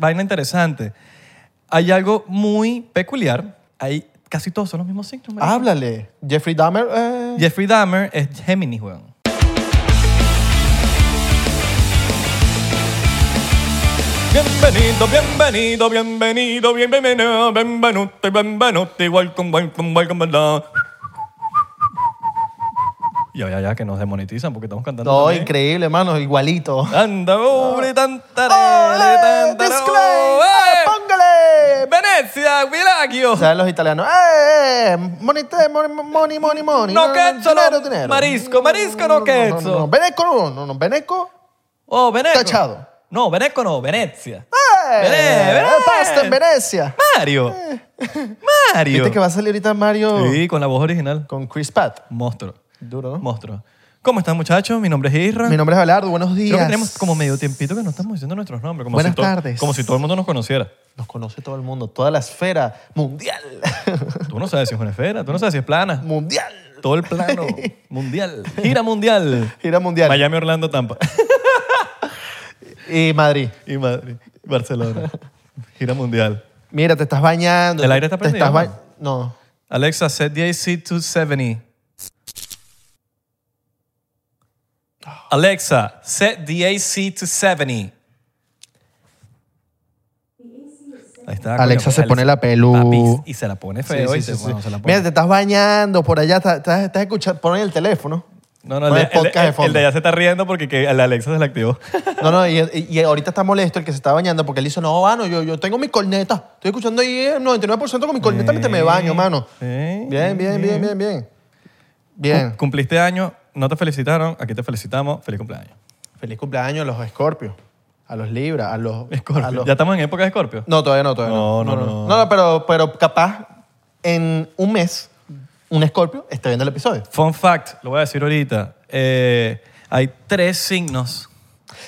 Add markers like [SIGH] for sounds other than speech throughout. vaina interesante. Hay algo muy peculiar. Hay, casi todos son los mismos signos. marico. Háblale. Jeffrey Dahmer. eh, Jeffrey Dahmer es Géminis, weón. Bienvenido, bienvenido, bienvenido, bienvenido, bienvenuti, bienvenuti, welcome, welcome, welcome, welcome. Ya, ya, ya, que nos demonetizan porque estamos cantando. Todo también. increíble, hermano. Igualito. Anda, pobre, tan Oh. ¡Ole! tarere, tan tarere, ¡Disclaimer! oh, ¡eh! ¡Póngale! ¡Venecia, Vilagio! O sea, los italianos. ¡Eh, eh! Monite, moni, moni, moni, moni. No quezzo, no. dinero, dinero. Marisco, marisco, no No, quezzo. no, no. Veneco, no, no, no. Veneco. Oh, Veneco. Tachado. No, Veneco no, Venezia. ¡Eh! Vene- Vene- Pasta en Venecia. Mario. Mario. Eh. Viste que va a salir ahorita Mario Sí, con la voz original. con Chris Pat. Monstruo. Duro, ¿no? Monstruo. ¿Cómo están, muchachos? Mi nombre es Isra. Mi nombre es Abelardo. Buenos días. Creo que tenemos como medio tiempito que no estamos diciendo nuestros nombres. Como Buenas si to- tardes. Como si todo el mundo nos conociera. Nos conoce todo el mundo. Toda la esfera mundial. Tú no sabes si es una esfera, tú no sabes si es plana. [LAUGHS] mundial. Todo el plano [LAUGHS] mundial. Gira mundial. Gira mundial. Miami, Orlando, Tampa. [LAUGHS] Y Madrid. Y Madrid. Barcelona. Gira mundial. Mira, te estás bañando. ¿El aire está Te estás prendido, ba- No. Alexa, set the AC to 70. Alexa, set the AC to 70. Ahí está. coño, Alexa se pone la pelu. Papi, y se la pone Sí, feo. sí, y sí, se- sí. bueno, se la pone. Mira, te estás bañando por allá. Estás, estás- estás escuchando. Pon el teléfono. no, no, el, pon de- el podcast el- de fondo. el de allá se está riendo porque que la Alexa se la activó. No, no, y, y ahorita está molesto el que se está bañando porque él dice, no, mano, yo, yo tengo mi corneta. Estoy escuchando ahí el 99% con mi corneta mientras me baño, mano. Eh, Bien, bien, bien, bien, bien. Bien. Cumpliste año, no te felicitaron, aquí te felicitamos. Feliz cumpleaños. Feliz cumpleaños a los escorpios, a los libras, a los... a Scorpio. los- ¿Ya estamos en época de Scorpio? No, todavía no, todavía no. No, no, no. No, pero, pero capaz en un mes un escorpio esté viendo el episodio. Fun fact, lo voy a decir ahorita. Eh, hay tres signos.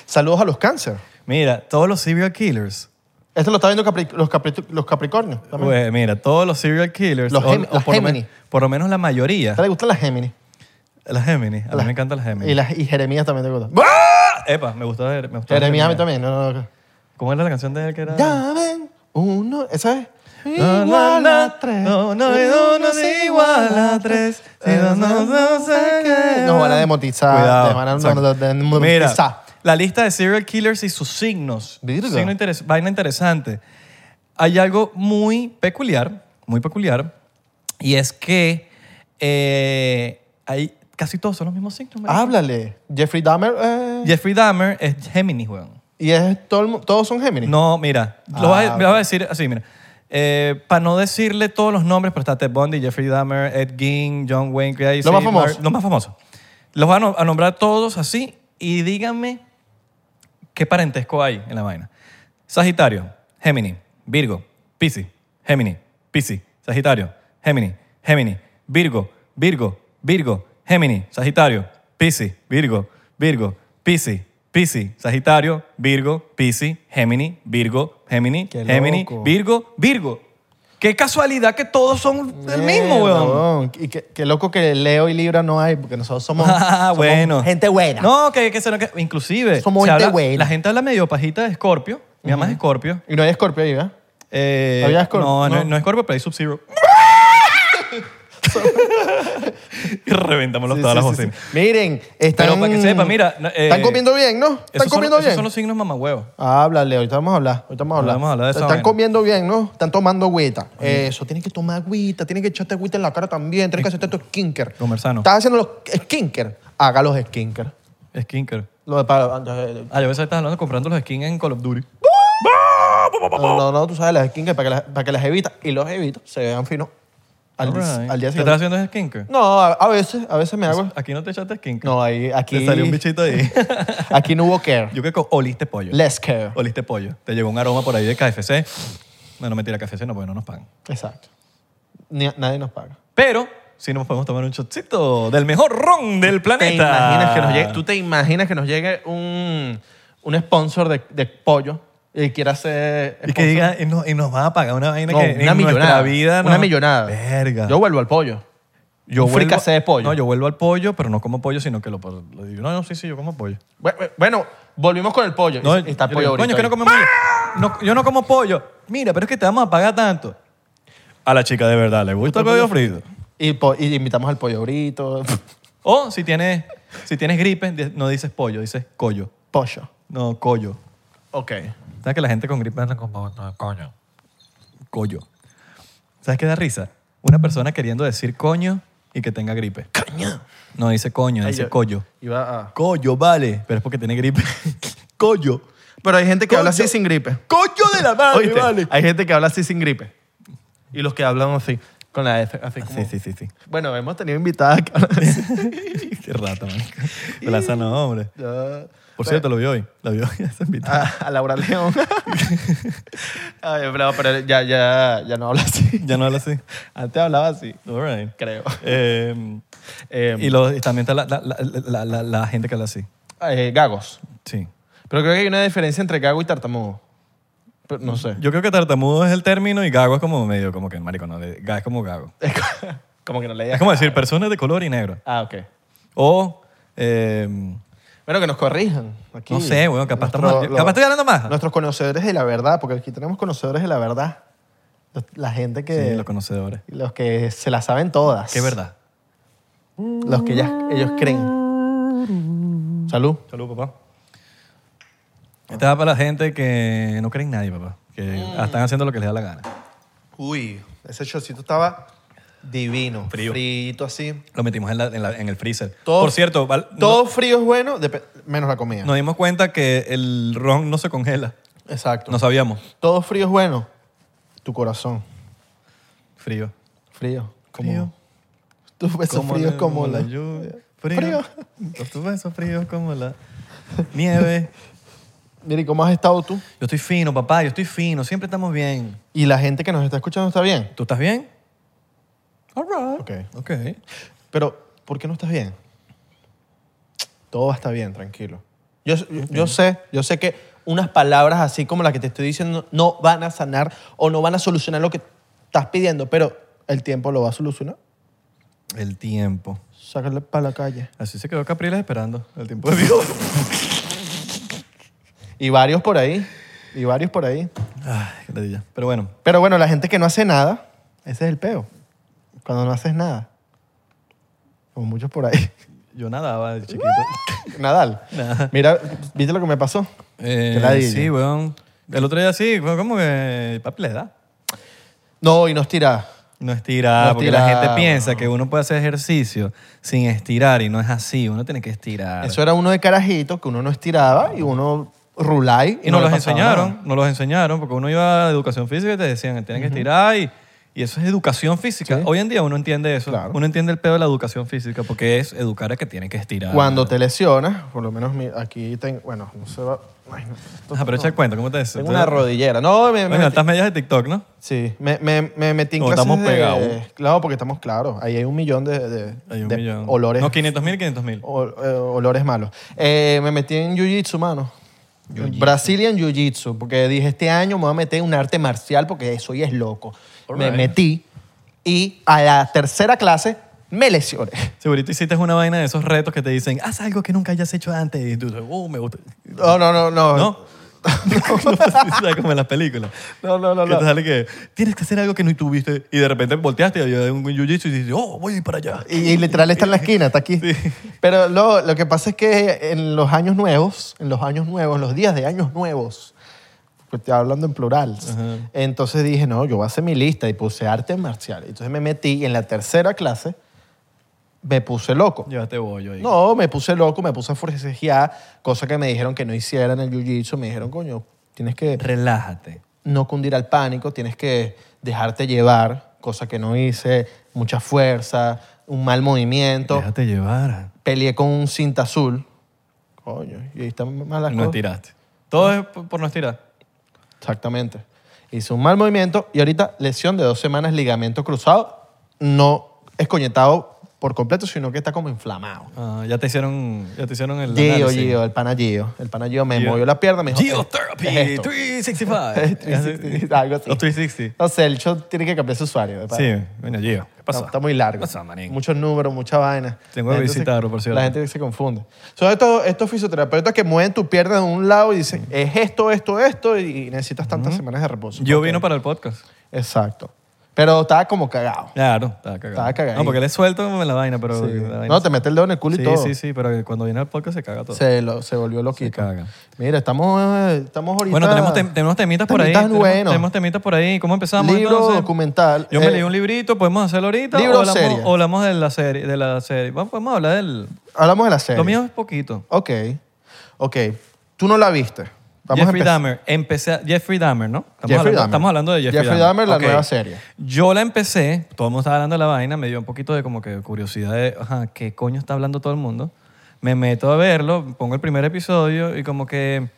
Saludos a los cáncer. Mira, todos los serial killers. Esto lo está viendo Capri- los, Capri- los Capricornios. también. Güey, Pues, mira, todos los serial killers. Los Gem- las por, lo Géminis. men- por lo menos la mayoría. ¿A usted le gustan las Géminis? Las Géminis. A mí Las- me encantan las Géminis. Y, las, y Jeremías también te gusta. ¡Ah! Epa, me gustó, me gustó Jeremías a mí también. No, no, no. ¿Cómo era la canción de él que era? Ya ven, uno, ¿esa es? No, no, Igual no, a tres. no, no, no, no es igual a tres. Si no, no, no se queda. Nos van a demotizar. Cuidado. Nos van a Exacto. nos- nos- nos- Mira, demotizar. la lista de serial killers y sus signos. Virgo. Signo interes- vaina interesante. Hay algo muy peculiar, muy peculiar, y es que eh, hay, casi todos son los mismos signos. marico. Háblale. Jeffrey Dahmer. eh, Jeffrey Dahmer es Géminis, weón. Y es todo el mu- todos son Géminis. No, mira, lo voy a, Ah, me lo voy a decir así, mira. Eh, para no decirle todos los nombres, pero está Ted Bundy, Jeffrey Dahmer, Ed Gein, John Wayne Gacy. Los más famosos. Mar- los más famosos. Los voy a, no- a nombrar todos así y díganme qué parentesco hay en la vaina. Sagitario, Géminis, Virgo, Piscis, Géminis, Piscis, Sagitario, Géminis, Géminis, Virgo, Virgo, Virgo, Géminis, Sagitario, Piscis, Virgo, Virgo, Piscis, Piscis, Sagitario, Virgo, Piscis, Géminis, Virgo, Géminis, Qué Géminis, loco. Virgo, Virgo. Qué casualidad que todos son el mismo, Mierda, weón. Y qué, qué loco que Leo y Libra no hay, porque nosotros somos, [LAUGHS] Ah, somos bueno. gente buena. No, que, que, se- que- inclusive. Somos se gente habla- buena. La gente habla medio pajita de Scorpio. Mi mamá es Scorpio. Y no hay escorpio ahí, ¿verdad? Eh, ¿Había Scorpio? No, no, No. no es Scorpio, pero hay Sub-Zero. [LAUGHS] y reventamos Sí, todas las sí, sí, bocinas. sí. Miren, están... Pero para que sepa, mira, no, eh, están comiendo bien, ¿no? Esos Están son- comiendo Esos bien. son los signos mamahuevos. Háblale, ahorita vamos a hablar. Ahorita vamos a hablar. Vamos a hablar de esa Están vaina. comiendo bien, ¿no? Están tomando agüita. Eso, tienes que tomar agüita, tienes que echarte agüita en la cara también, tienes que hacerte tu skinker. Comer sano. ¿Estás haciendo los skinker? Haga los skinker. Skinker. Lo de para- no, Ah, yo a veces estás hablando comprando los skins en Call of Duty. no, no, tú sabes, las skinker para que las, para que las evitas y los evitas se vean finos. Al, Alright. al día ¿Te estás siguiente. haciendo skincare? No, a, a veces, a veces me hago. Aquí no te echaste skincare. No, ahí, aquí. Te salió un bichito ahí. [LAUGHS] [LAUGHS] Aquí no hubo care. Yo creo que oliste pollo. Less care. Oliste pollo. Te llegó un aroma por ahí de KFC. No, no mentira, KFC no, porque no nos pagan. Exacto. Ni- nadie nos paga. Pero sí nos podemos tomar un shotcito del mejor ron del planeta. ¿Te imaginas que nos llegue, ¿Tú te imaginas que nos llegue un, un sponsor de, de pollo y quiera hacer. Y que diga, y nos, y nos va a pagar una vaina No, que una en millonada. nuestra vida... Una no- millonada. Verga. Yo vuelvo al pollo. Yo un fricasé de pollo. No, yo vuelvo al pollo, pero no como pollo, sino que lo... lo digo, no, no, sí, sí, yo como pollo. Bu- bu- Bueno, volvimos con el pollo. No, Y está el yo pollo digo, Coño, ahorita es que no ahí. comemos pollo. No, yo no como pollo. Mira, pero es que te vamos a pagar tanto. A la chica de verdad, ¿le gusta el pollo frito? Y, po- y invitamos al pollo brito. [LAUGHS] O si tienes, si tienes gripe, di- no dices pollo, dices collo. pollo. No, collo. Ok. ¿Sabes que la gente con gripe habla como no, coño? Collo. ¿Sabes qué da risa? Una persona queriendo decir coño y que tenga gripe. Coño. No dice coño, Ahí dice yo- collo. Iba a- Collo, vale. Pero es porque tiene gripe. collo. Pero hay gente [LAUGHS] que habla Coño. así sin gripe. Collo de la madre, Oíste, vale. Hay gente que habla así sin gripe. Y los que hablan así, con la F, así como- Ah, Sí, sí, sí, sí. Bueno, hemos tenido invitadas que hablan así. [LAUGHS] Qué rata, man. La sana, hombre. Ya. Por cierto, lo vi hoy. La vi hoy [LAUGHS] esa invitada. a, a [LAUGHS] Laura León. Ay, pero, pero ya, ya, ya no habla así. Ya no habla así. Antes hablaba así, All right. [LAUGHS] creo. Eh, Eh, y, los- y también está la, la- la- la- la- la gente que habla así. eh, gagos. Sí. Pero creo que hay una diferencia entre gago y tartamudo. Pero no sé. Yo creo que tartamudo es el término y gago es como medio, como que marico, no, de- ga- es como gago. [LAUGHS] Es co- como que no leía. Es como decir personas de color y negro. Ah, ok. O, eh, Bueno, que nos corrijan. Aquí. No sé, weón, capaz Nuestro- estamos- lo- capaz estoy hablando más. Nuestros conocedores de la verdad, porque aquí tenemos conocedores de la verdad. Los- La gente que. sí, los conocedores. los que se la saben todas. Qué verdad. Los que ellas, ellos creen. Salud. Salud, papá. Esta va para la gente que no cree en nadie, papá. Que Mm. están haciendo lo que les da la gana. Uy, ese shotcito estaba divino. Frío. Frito así. Lo metimos en, la- en la- en el freezer. Todo- Por cierto, val- no- Todo frío es bueno, depe- menos la comida. nos dimos cuenta que el ron no se congela. Exacto. No sabíamos. Todo frío es bueno. Tu corazón. Frío. Frío. Como, Frío. Tus besos fríos como [LAUGHS] la lluvia. Frío. Frío. Los Tus besos fríos como la nieve. Mira, ¿y cómo has estado tú? Yo estoy fino, papá. Yo estoy fino. Siempre estamos bien. Y la gente que nos está escuchando está bien. ¿Tú estás bien? All right. Ok. Ok. Pero, ¿por qué no estás bien? Todo va a estar bien, tranquilo. Yo, yo- yo sé, yo sé que unas palabras así como las que te estoy diciendo no van a sanar o no van a solucionar lo que estás pidiendo, pero el tiempo lo va a solucionar. El tiempo. Sácale para la calle. Así se quedó Capriles esperando el tiempo de Dios. [LAUGHS] Y varios por ahí, y varios por ahí. Ay, qué ladilla. Pero bueno, Pero bueno, la gente que no hace nada, ese es el peo. Cuando no haces nada. Como muchos por ahí. [LAUGHS] yo nadaba de chiquito. Nadal. Nada. Mira, ¿viste lo que me pasó? Eh, Qué ladilla. sí, weón. El otro día sí, fue como que papi le da. No, y nos tira. No estirar, No porque estirar. la gente piensa que uno puede hacer ejercicio sin estirar y no es así, uno tiene que estirar. Eso era uno de carajito que uno no estiraba y uno rulay. y nos le los pasaba enseñaron, nada. nos los enseñaron, porque uno iba a educación física y te decían, tienes que estirar y, y eso es educación física. Sí. Hoy en día uno entiende eso, Claro. uno entiende el pedo de la educación física porque es educar a que tienen que estirar. Cuando te lesionas, por lo menos mi- aquí tengo, bueno, no se va. ay, no, esto- Ajá, pero echa el cuento, ¿cómo te decís? tengo una rodillera. No, me, me Bueno, metí- estás medias de TikTok, ¿no? sí, me, me, me metí en No, clases estamos de- pegados. Claro, porque estamos claros. Ahí hay un millón de, de- Hay un de millón. olores. No, 500 mil, 500 mil. ol- eh, olores malos. Eh, me metí en jiu-jitsu, mano. Brazilian Jiu-Jitsu, porque dije, este año me voy a meter en un arte marcial porque eso y es loco. All Me right. metí y a la tercera clase me lesioné. Segurito hiciste una vaina de esos retos que te dicen, haz algo que nunca hayas hecho antes. Y tú, oh, me gusta. No, no, no, no. [LAUGHS] ¿No? ¿Sabes? Como en las películas. No, no, no, Que no. te sale que tienes que hacer algo que no tuviste y de repente volteaste y había un jiu-jitsu y dices, oh, voy a ir para allá. Y, y literal está en la esquina, está aquí. Pero lo, lo que pasa es que en los años nuevos, en los años nuevos, en los días de años nuevos, pues estoy hablando en plural, entonces dije, no, yo voy a hacer mi lista y puse arte marcial. Entonces me metí y en la tercera clase me puse loco. Llévate bollo ahí. No, me puse loco, me puse a forcejear, cosa que me dijeron que no hiciera en el jiu-jitsu. Me dijeron, coño, tienes que Relájate. no cundir al pánico, tienes que dejarte llevar. cosa que no hice, mucha fuerza, un mal movimiento. Déjate llevar. Peleé con un cinta azul. Coño, y ahí están malas No cosas. estiraste. Todo es por por no estirar. Exactamente. Hice un mal movimiento y ahorita lesión de dos semanas, ligamento cruzado, no escoñetado por completo, sino que está como inflamado. Ah, ya te hicieron, ya te hicieron el Gio, análisis. Gio, el pana Gio. El pana Gio me Gio. movió la pierna, me dijo... Geo "Eh, Therapy ¿qué es esto?" [LAUGHS] 360. [LAUGHS] 360, algo así. O 360. No sé, el show tiene que cambiar su usuario. ¿verdad? Sí, bueno, Gio. ¿Qué pasó? No, está muy largo. ¿Qué pasó, manín? Muchos números, mucha vaina. Tengo La que gente se- visitarlo, por cierto. La gente se confunde. Son estos, estos fisioterapeutas que mueven tu pierna de un lado y dicen, Mm. es esto, esto, esto, y necesitas tantas semanas de reposo. Gio Ok. vino para el podcast. Exacto. Pero estaba como cagado. Claro, estaba cagado. Estaba cagadito. No, porque le suelto la vaina, pero... Sí. la vaina No, se- te mete el dedo en el culo sí, y todo. Sí, sí, pero cuando viene al podcast se caga todo. Se, lo- se volvió loquito. caga. Mira, estamos, eh, estamos ahorita. Bueno, tenemos, tem- tenemos temitas por ahí. Temitas Tenemos, buenos. tenemos temitas por ahí. ¿Cómo empezamos Libro entonces? documental. Yo me Eh, leí un librito, podemos hacerlo ahorita. libro o hablamos, serie. o hablamos de la serie. De la serie. Vamos, podemos hablar del... Hablamos de la serie. Lo mío es poquito. Ok. Ok. Tú no la viste. Vamos Jeffrey a empezar. Dahmer, empecé a- Jeffrey Dahmer, ¿no? Estamos, Jeffrey hablando, Dahmer. estamos hablando de Jeffrey, Jeffrey Dahmer, la Ok. nueva serie. Yo la empecé, todo el mundo estaba hablando de la vaina, me dio un poquito de como que curiosidad de, ajá, ¿qué coño está hablando todo el mundo? Me meto a verlo, pongo el primer episodio y como que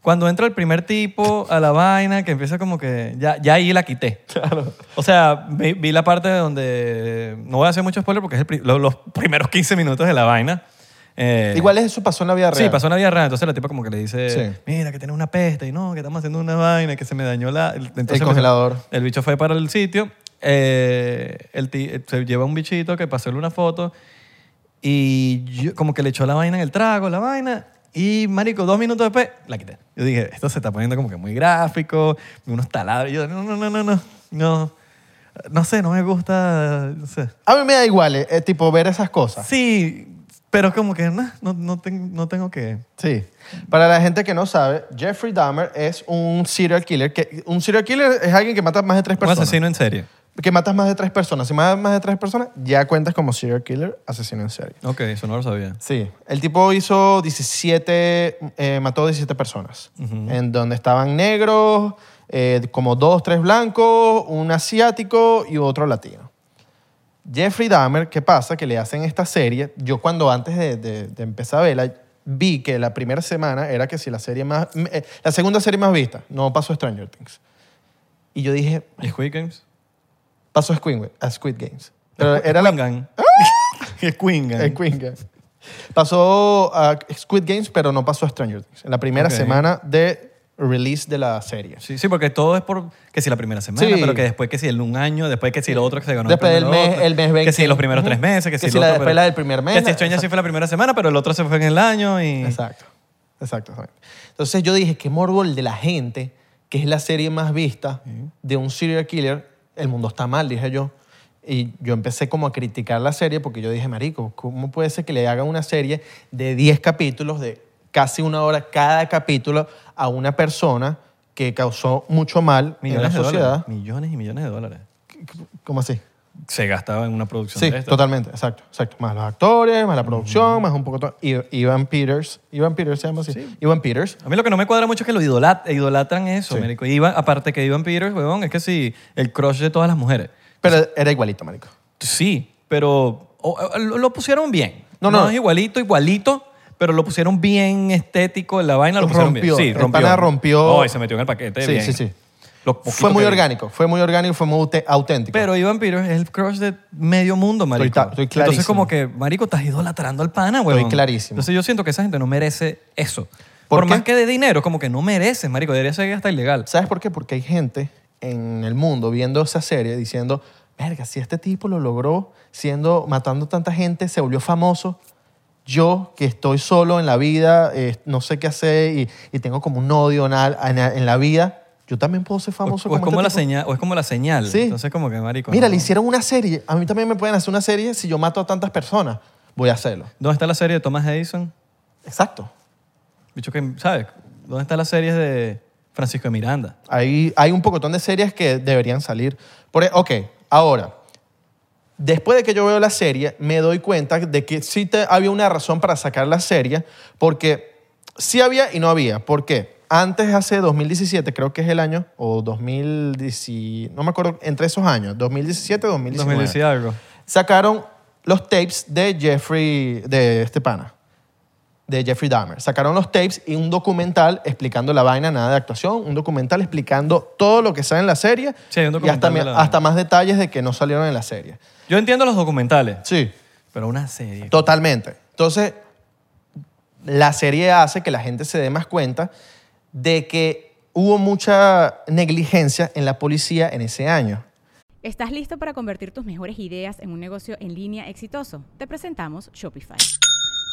cuando entra el primer tipo a la vaina, que empieza como que, ya, ya ahí la [LAUGHS] quité. Claro. O sea, vi, vi la parte donde, no voy a hacer mucho spoiler porque es el pri- lo- los primeros 15 minutos de la vaina. Eh, Igual eso pasó en la vida real. Sí, pasó una vida rara. Entonces la tipa como que le dice, Sí. mira, que tienes una peste y no, que estamos haciendo una vaina, que se me dañó la... Entonces, El congelador. pues, el bicho fue para el sitio, eh, el ti- eh, se lleva un bichito que pasó una foto y yo- como que le echó la vaina en el trago, la vaina. Y, marico, dos minutos después, la quité. Yo dije, esto se está poniendo como que muy gráfico, unos taladros. Y yo, no, no, no, no, no, no, no sé, no me gusta, no sé. A mí me da igual, eh, eh, tipo, ver esas cosas. Sí, pero como que, nah, no, no, ten- no tengo que... Sí. Para la gente que no sabe, Jeffrey Dahmer es un serial killer. Que, un serial killer es alguien que mata más de tres Un personas. asesino en serie. Que matas más de tres personas. Si matas más de tres personas, ya cuentas como serial killer, asesino en serie. Ok, eso no lo sabía. Sí, el tipo hizo 17, eh, mató 17 personas, en donde estaban negros, eh, como dos, tres blancos, un asiático y otro latino. Jeffrey Dahmer, ¿qué pasa? Que le hacen esta serie. Yo cuando antes de, de- de empezar a verla, vi que la primera semana era que si la serie más... m- eh, la segunda serie más vista, no pasó Stranger Things. Y yo dije, ¿Y Squid Games? pasó Squid, Ga- a Squid Games. Pero era la, Quingan. Quingan. [LAUGHS] El Queen Gang. Pasó a Squid Games, pero no pasó a Stranger Things. En la primera Ok. semana de release de la serie. Sí, sí, porque todo es por que si la primera semana, Sí. pero que después que si el un año, después que si el otro que se ganó. Después el, del primero, mes- otro, el mes Que 20. si los primeros Ujú. tres meses, que, Que si, si el la otro. después pero- la del primer mes, Que si Stranger sí fue la primera semana, pero el otro se fue en el año y. Exacto. Exacto. exacto. Entonces yo dije, qué morbo el de la gente, que es la serie más vista de un serial killer. El mundo está mal, dije yo. Y yo empecé como a criticar la serie porque yo dije, marico, ¿cómo puede ser que le hagan una serie de 10 capítulos, de casi una hora cada capítulo, a una persona que causó mucho mal Millones en de la sociedad? dólares. Millones y millones de dólares. ¿Cómo así? Se gastaba en una producción Sí, de esta. Mm. totalmente, exacto, exacto. Más los actores, más la producción, más un poco todo. I- Ivan Peters, Ivan Peters se llama así. Ivan Peters. A mí lo que no me cuadra mucho es que lo idolat- idolatran eso, Sí. marico. Ivan- aparte que Ivan Peters, huevón, es que sí, el crush de todas las mujeres. Pero era igualito, marico. Sí, pero o- o- lo lo pusieron bien. No, no. es igualito, igualito, pero lo pusieron bien estético, la vaina lo Lo pusieron rompió, bien. Sí, el rompió. pana rompió. Oh, y se metió en el paquete. Sí, bien. sí, sí. Lo poquito Fue muy que- orgánico, fue muy orgánico, fue muy aute- auténtico. Pero Ivan Peters es el crush de medio mundo, marico. ta- estoy Entonces clarísimo. como que, marico, estás idolatrando al pana, güey. clarísimo. Entonces yo siento que esa gente no merece eso. ¿Por Por, qué? más que de dinero, como que no merece, marico. Debería ser hasta ilegal. ¿Sabes por qué? Porque hay gente en el mundo viendo esa serie diciendo, verga, si este tipo lo logró siendo, matando tanta gente, se volvió famoso, yo que estoy solo en la vida, eh, no sé qué hacer y, y tengo como un odio en, al- en la- en la vida, yo también puedo ser O, o famoso es Pues, como este la tipo". señal, o es como la señal. Sí. Entonces como que, marico. Mira, no. le hicieron una serie. A mí también me pueden hacer una serie si yo mato a tantas personas. Voy a hacerlo. ¿Dónde está la serie de Thomas Edison? Exacto. Bicho que, ¿sabes? ¿Dónde están las series de Francisco de Miranda? Hay, hay un pocotón de series que deberían salir. Por, e- ok, ahora. Después de que yo veo la serie, me doy cuenta de que sí te- había una razón para sacar la serie, porque sí había y no había. ¿Por qué? antes, hace 2017, creo que es el año, o 2010, no me acuerdo, entre esos años, 2017, 2019, 2010 y algo. sacaron los tapes de Jeffrey, de este pana, de Jeffrey Dahmer. Sacaron los tapes y un documental explicando la vaina, nada de actuación, un documental explicando todo lo que sale en la serie Sí, hay un y hasta, documental de la- hasta más detalles de que no salieron en la serie. Yo entiendo los documentales, Sí. pero una serie. Totalmente. Entonces, la serie hace que la gente se dé más cuenta de que hubo mucha negligencia en la policía en ese año. ¿Estás listo para convertir tus mejores ideas en un negocio en línea exitoso? Te presentamos Shopify.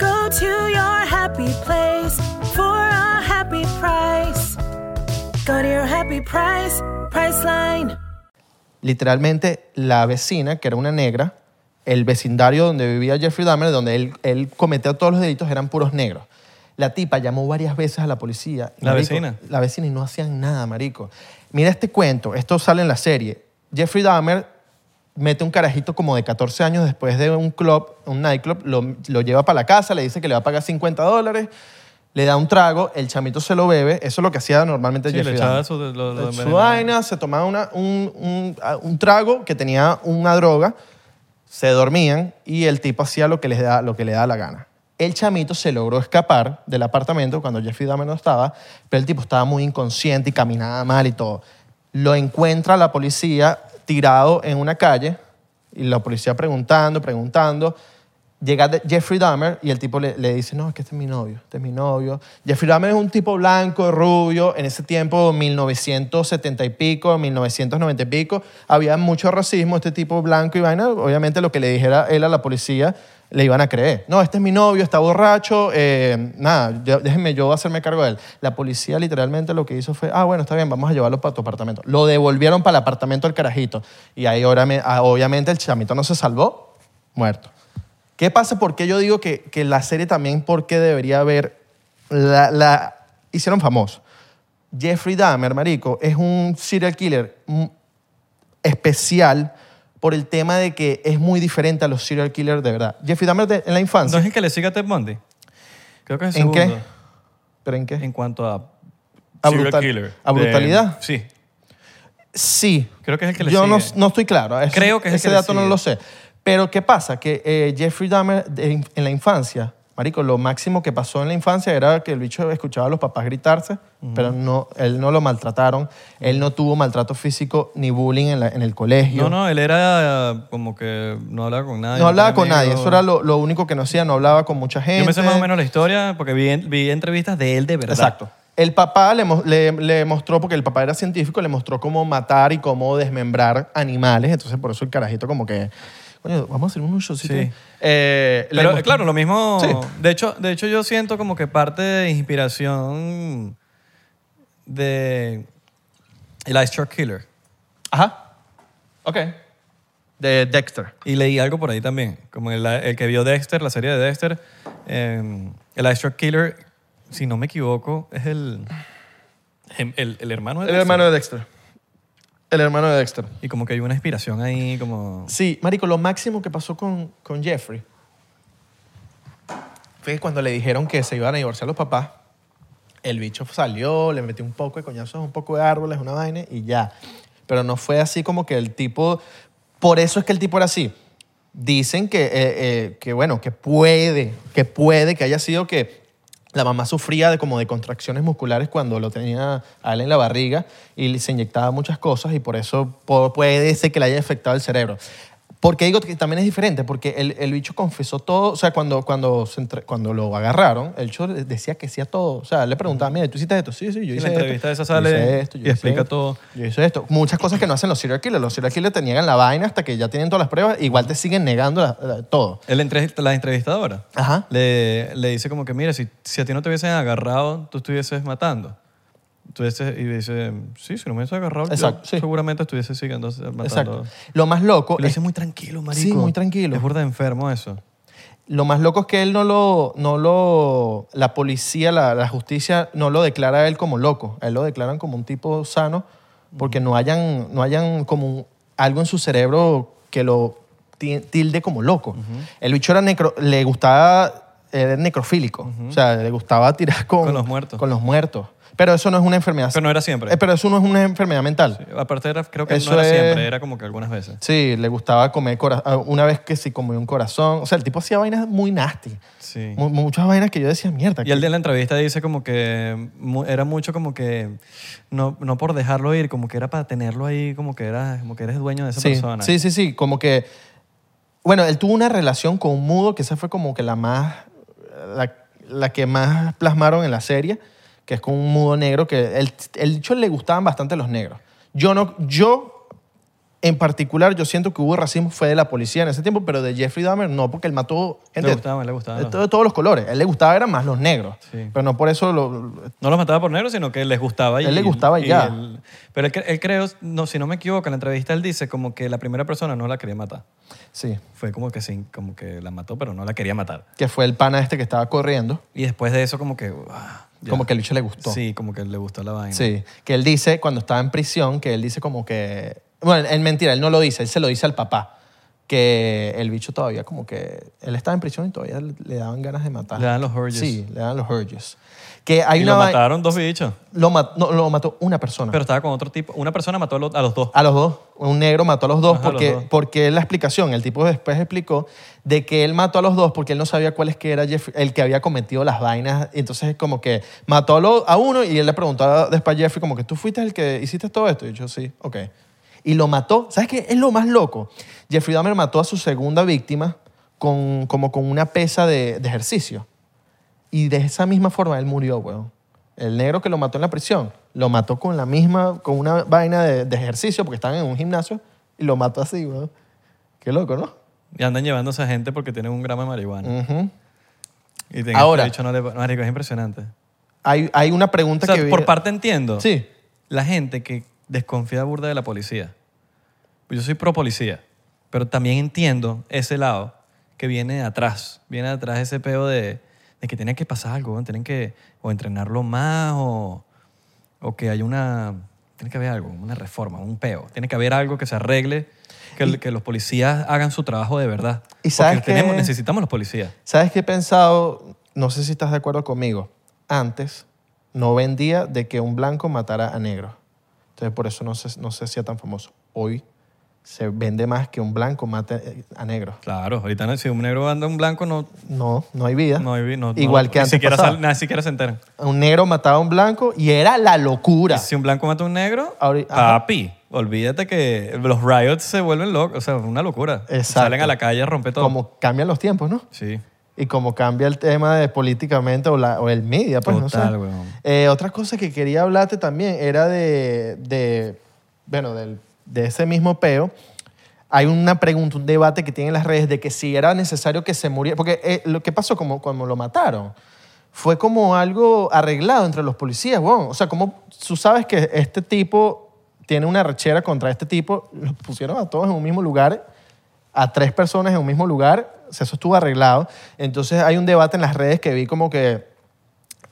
Go to your happy place for a happy price. Go to your happy price, Priceline. Literalmente, la vecina, que era una negra, el vecindario donde vivía Jeffrey Dahmer, donde él, él cometía todos los delitos, eran puros negros. La tipa llamó varias veces a la policía. ¿La marico, vecina? La vecina y no hacían nada, marico. Mira este cuento, esto sale en la serie. Jeffrey Dahmer mete un carajito como de 14 años después de un club, un nightclub, lo, lo lleva para la casa, le dice que le va a pagar 50 dólares, le da un trago, el chamito se lo bebe, eso es lo que hacía normalmente Sí, le Jeffrey echaba Dahmer. su- lo- lo su envenenaba. vaina, se tomaba una- un, un- a- un trago que tenía una droga, se dormían y el tipo hacía lo que, les da, lo que le da la gana. El chamito se logró escapar del apartamento cuando Jeffrey Dahmer no estaba, pero el tipo estaba muy inconsciente y caminaba mal y todo. Lo encuentra la policía tirado en una calle y la policía preguntando, preguntando. Llega de- Jeffrey Dahmer y el tipo le, le dice, no, es que este es mi novio, este es mi novio. Jeffrey Dahmer es un tipo blanco, rubio, en ese tiempo, 1970 y pico, 1990 y pico, había mucho racismo, este tipo blanco y vaina, obviamente lo que le dijera él a la policía le iban a creer. No, este es mi novio, está borracho, eh, nada, yo- déjenme yo hacerme cargo de él. La policía literalmente lo que hizo fue, ah, bueno, está bien, vamos a llevarlo para tu apartamento. Lo devolvieron para el apartamento al carajito. Y ahí ahora me- ah, obviamente el chamito no se salvó, muerto. ¿Qué pasa? ¿Por qué yo digo que, que la serie también, por qué debería haber, la, la hicieron famoso? Jeffrey Dahmer, marico, es un serial killer mm, especial por el tema de que es muy diferente a los serial killers de verdad. Jeffrey Dahmer de- en la ¿No infancia, es el que le siga a Ted Bundy? Creo que es el ¿En qué? segundo. ¿pero en qué? En cuanto a... A serial brutal- killer. a brutalidad. De- sí. sí. Creo que es el que le Yo no, sigue. no estoy claro. Eso- Creo que es el Ese que le dato no sigue. lo sé. Pero ¿qué pasa? Que eh, Jeffrey Dahmer de- en, la infancia, marico, lo máximo que pasó en la infancia era que el bicho escuchaba a los papás gritarse, pero no, él no lo maltrataron. Él no tuvo maltrato físico ni bullying en, la- en el colegio. No, no, él era eh, como que no hablaba con nadie. No hablaba tenía con nadie. amigos. Eso era lo, lo único que no hacía. No hablaba con mucha gente. Yo me sé más o menos la historia porque vi, vi entrevistas de él de verdad. Exacto. El papá le, mo- le- le mostró, porque el papá era científico, le mostró cómo matar y cómo desmembrar animales. Entonces, por eso el carajito como que, coño, vamos a hacer un showcito. Sí. Eh, le Pero mostró- claro, lo mismo. Sí. De, hecho, de hecho, yo siento como que parte de inspiración de el Ice Shark Killer. Ajá. Ok. De Dexter. Y leí algo por ahí también. Como el, el que vio Dexter, la serie de Dexter. eh, el Ice Shark Killer, si no me equivoco, es el. El, el hermano de El Dexter. hermano de Dexter. El hermano de Dexter. Y como que hay una inspiración ahí, como. Sí, Marico, lo máximo que pasó con, con Jeffrey fue que cuando le dijeron que se iban a divorciar los papás, el bicho salió, le metió un poco de coñazos, un poco de árboles, una vaina y ya. Pero no fue así como que el tipo... Por eso es que el tipo era así. Dicen que, eh, eh, que bueno, que puede, que puede que haya sido que la mamá sufría de como de contracciones musculares cuando lo tenía a él en la barriga y se inyectaba muchas cosas y por eso po- puede ser que le haya afectado el cerebro. Porque digo que también es diferente, porque el, el bicho confesó todo, o sea, cuando, cuando, se entre- cuando lo agarraron, el bicho decía que hacía todo, o sea, le preguntaba, mira, ¿tú hiciste esto? Sí, sí, yo en hice la esto, entrevista esa yo sale hice esto, yo y hice explica esto, todo. Yo hice esto. Muchas cosas que no hacen los serial killers, los serial killers te niegan la vaina hasta que ya tienen todas las pruebas, igual te siguen negando la- la- todo. El entre- la entrevistadora Ajá. Le, le dice como que, mira, si, si a ti no te hubiesen agarrado, tú estuvieses matando. Entonces, y dice, sí, si no me hubiesen agarrado, yo Exacto, sí. seguramente estuviese siguiendo matando. Exacto. Lo más loco Lo es dice muy tranquilo, marico. Sí, muy tranquilo. Es burda de enfermo eso. Lo más loco es que él no lo, no lo, la policía, la, la justicia no lo declara a él como loco, a él lo declaran como un tipo sano porque no hayan, no hayan como un- algo en su cerebro que lo ti- tilde como loco. El bicho era necro- le gustaba, era necrofílico, o sea, le gustaba tirar con, Con los muertos. Con los muertos. Pero eso no es una enfermedad. Pero no era siempre. Eh, pero eso no es una enfermedad mental. Aparte, era- creo que Eso no era es- siempre, era como que algunas veces. Sí, le gustaba comer cora- ah, una vez que sí comió un corazón. O sea, el tipo hacía vainas muy nasty. Sí. Mu- muchas vainas que yo decía, mierda. Y el que- de la entrevista dice como que mu- era mucho como que no, no por dejarlo ir, como que era para tenerlo ahí, como que, era, como que eres dueño de esa sí, persona. sí, sí, sí, como que... Bueno, él tuvo una relación con un mudo que esa fue como que la más... La, la que más plasmaron en la serie, que es con un mudo negro que... El, el dicho le gustaban bastante los negros. Yo no... Yo... En particular, yo siento que hubo racismo fue de la policía en ese tiempo, pero de Jeffrey Dahmer no, porque él mató gente de- gustaban, le gustaban de los- todo- todos los colores. A él le gustaba eran más los negros, Sí. pero no por eso lo, No los mataba por negro, sino que les gustaba. y- Él le gustaba y ya. él- pero él, cre- él creo, no, si no me equivoco, en la entrevista él dice como que la primera persona no la quería matar. sí, Fue como que, sí, como que la mató, pero no la quería matar. que fue el pana este que estaba corriendo, Y después de eso como que... ah, ya. como que el bicho le gustó. Sí, como que le gustó la vaina. Sí, que él dice cuando estaba en prisión, que él dice como que... Bueno, él mentira, él no lo dice, él se lo dice al papá, que el bicho todavía como que... Él estaba en prisión y todavía le le daban ganas de matar. Le dan los urges. Sí, le dan los urges. Que hay Y una... lo vai- mataron dos bichos. Lo, ma- no, Ah. lo mató una persona. Pero estaba con otro tipo. Una persona mató a los, a los dos. A los dos. Un negro mató a los dos Ajá, a los porque, dos. porque la explicación, el tipo después explicó de que él mató a los dos porque él no sabía cuál es que era Jeffrey- el que había cometido las vainas. Y Entonces como que mató a, lo- a uno y él le preguntó a- después a Jeffrey como que tú fuiste el que hiciste todo esto. Y yo sí, ok. Y lo mató. ¿Sabes qué? Es lo más loco. Jeffrey Dahmer mató a su segunda víctima con, como con una pesa de, de ejercicio. Y de esa misma forma él murió, weón. El negro que lo mató en la prisión, lo mató con la misma, con una vaina de, de ejercicio, porque estaban en un gimnasio, y lo mató así, weón. Qué loco, ¿no? Y andan llevándose a gente porque tienen un gramo de marihuana. Ujú. Y te- Mm. Ahora. te he dicho, no le- marico, es impresionante. hay, hay una O pregunta sea, que... vi- por parte entiendo. Sí. La gente que desconfía burda de la policía. Yo soy pro policía, pero también entiendo ese lado que viene de atrás. Viene de atrás ese peo de, de que tiene que pasar algo, ¿no? tienen que o entrenarlo más o, o que hay una... Tiene que haber algo, una reforma, un peo. Tiene que haber algo que se arregle, que, el- que los policías hagan su trabajo de verdad. Y sabes Porque tenemos- que- necesitamos los policías. ¿Sabes qué he pensado? No sé si estás de acuerdo conmigo. Antes no vendía de que un blanco matara a negro. Entonces por eso no se, no se hacía tan famoso. Hoy se vende más que un blanco mate eh, a negro. Claro, ahorita no- si un negro anda a un blanco no... No, no hay vida. no hay- no- no- Igual ni que antes Siquiera pasaba. sal- ni siquiera se enteran. un negro mataba a un blanco y era la locura. Si un blanco mata a un negro, Ahori- ajá. papi, olvídate que los riots se vuelven locos, o sea, una locura. Exacto. Salen a la calle, rompe todo. Como cambian los tiempos, ¿no? Sí. Y como cambia el tema de políticamente o, la- o el media, pues Total, no sé. weón. Eh, otra cosa que quería hablarte también era de, de bueno, del- de ese mismo peo. Hay una pregunta, un debate que tienen las redes de que si era necesario que se muriera, porque eh, lo que pasó como cuando lo mataron fue como algo arreglado entre los policías, weón. O sea, como tú sabes que este tipo tiene una rechera contra este tipo, los pusieron a todos en un mismo lugar a tres personas en un mismo lugar, o sea, eso estuvo arreglado. Entonces hay un debate en las redes que vi como que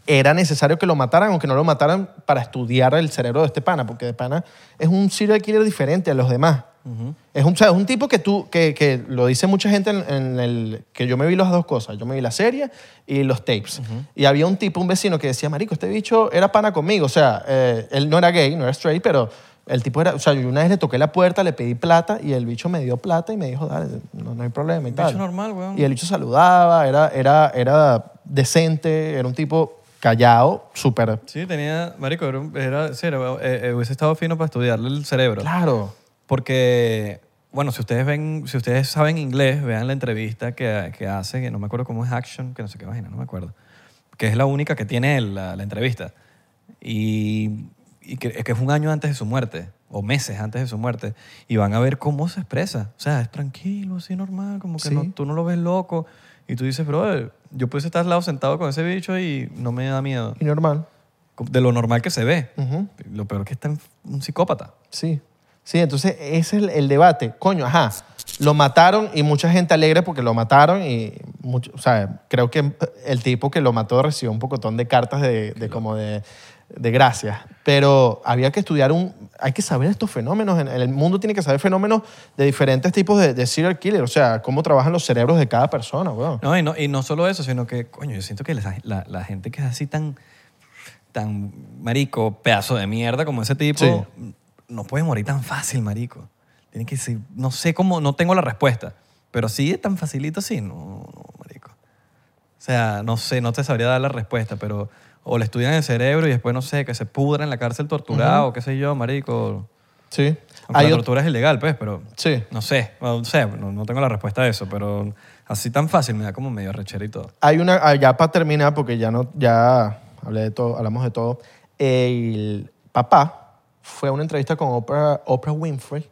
era necesario que lo mataran o que no lo mataran para estudiar el cerebro de este pana, porque de pana es un serial killer diferente a los demás. Es un, o sea, es un tipo que tú, que, que lo dice mucha gente en, en el, que yo me vi las dos cosas. Yo me vi la serie y los tapes. Y había un tipo, un vecino que decía, marico, este bicho era pana conmigo. O sea, eh, él no era gay, no era straight, pero el tipo era, o sea, yo una vez le toqué la puerta, le pedí plata y el bicho me dio plata y me dijo, dale, no, no hay problema y tal. bicho normal, weón. Y el bicho saludaba, era, era, era decente, era un tipo callado, súper... Sí, tenía, marico, era, un- era- sí, era- eh, eh, hubiese estado fino para estudiarle el cerebro. Claro. Porque, bueno, si ustedes ven, si ustedes saben inglés, vean la entrevista que, que hace, que no me acuerdo cómo es Action, que no sé qué vaina, no me acuerdo. Que es la única que tiene él, la, la entrevista. Y, y que, que es un año antes de su muerte, o meses antes de su muerte. Y van a ver cómo se expresa. O sea, es tranquilo, así normal, como que Sí. no- tú no lo ves loco. Y tú dices, brother, yo pudiese estar al lado sentado con ese bicho y no me da miedo. Y normal. De lo normal que se ve. Ujú. Lo peor que está en- un psicópata. Sí. Sí, entonces ese es el, el debate. Coño, ajá, lo mataron y mucha gente alegre porque lo mataron y, mucho- o sea, creo que el tipo que lo mató recibió un pocotón de cartas de, de como de, de gracias. Pero había que estudiar un, hay que saber estos fenómenos. En, en el mundo tiene que saber fenómenos de diferentes tipos de, de serial killer. O sea, cómo trabajan los cerebros de cada persona, weón. No y, no, y no solo eso, sino que, coño, yo siento que la, la- la gente que es así tan, tan marico, pedazo de mierda como ese tipo, Sí. no puede morir tan fácil, marico. Tiene que ser, no sé cómo, no tengo la respuesta, pero sí, tan facilito, sí, no, no, marico. O sea, no sé, no te sabría dar la respuesta, pero o le estudian el cerebro y después, no sé, que se pudra en la cárcel torturado, qué sé yo, marico. Sí. Aunque Hay la ot- tortura es ilegal, pues, pero Sí. no sé, no sé, no, no tengo la respuesta a eso, pero así tan fácil me da como medio rechera y todo. Hay una, ah, ya para terminar, porque ya no, ya hablé de todo, hablamos de todo. El papá fue a una entrevista con Oprah, Oprah Winfrey.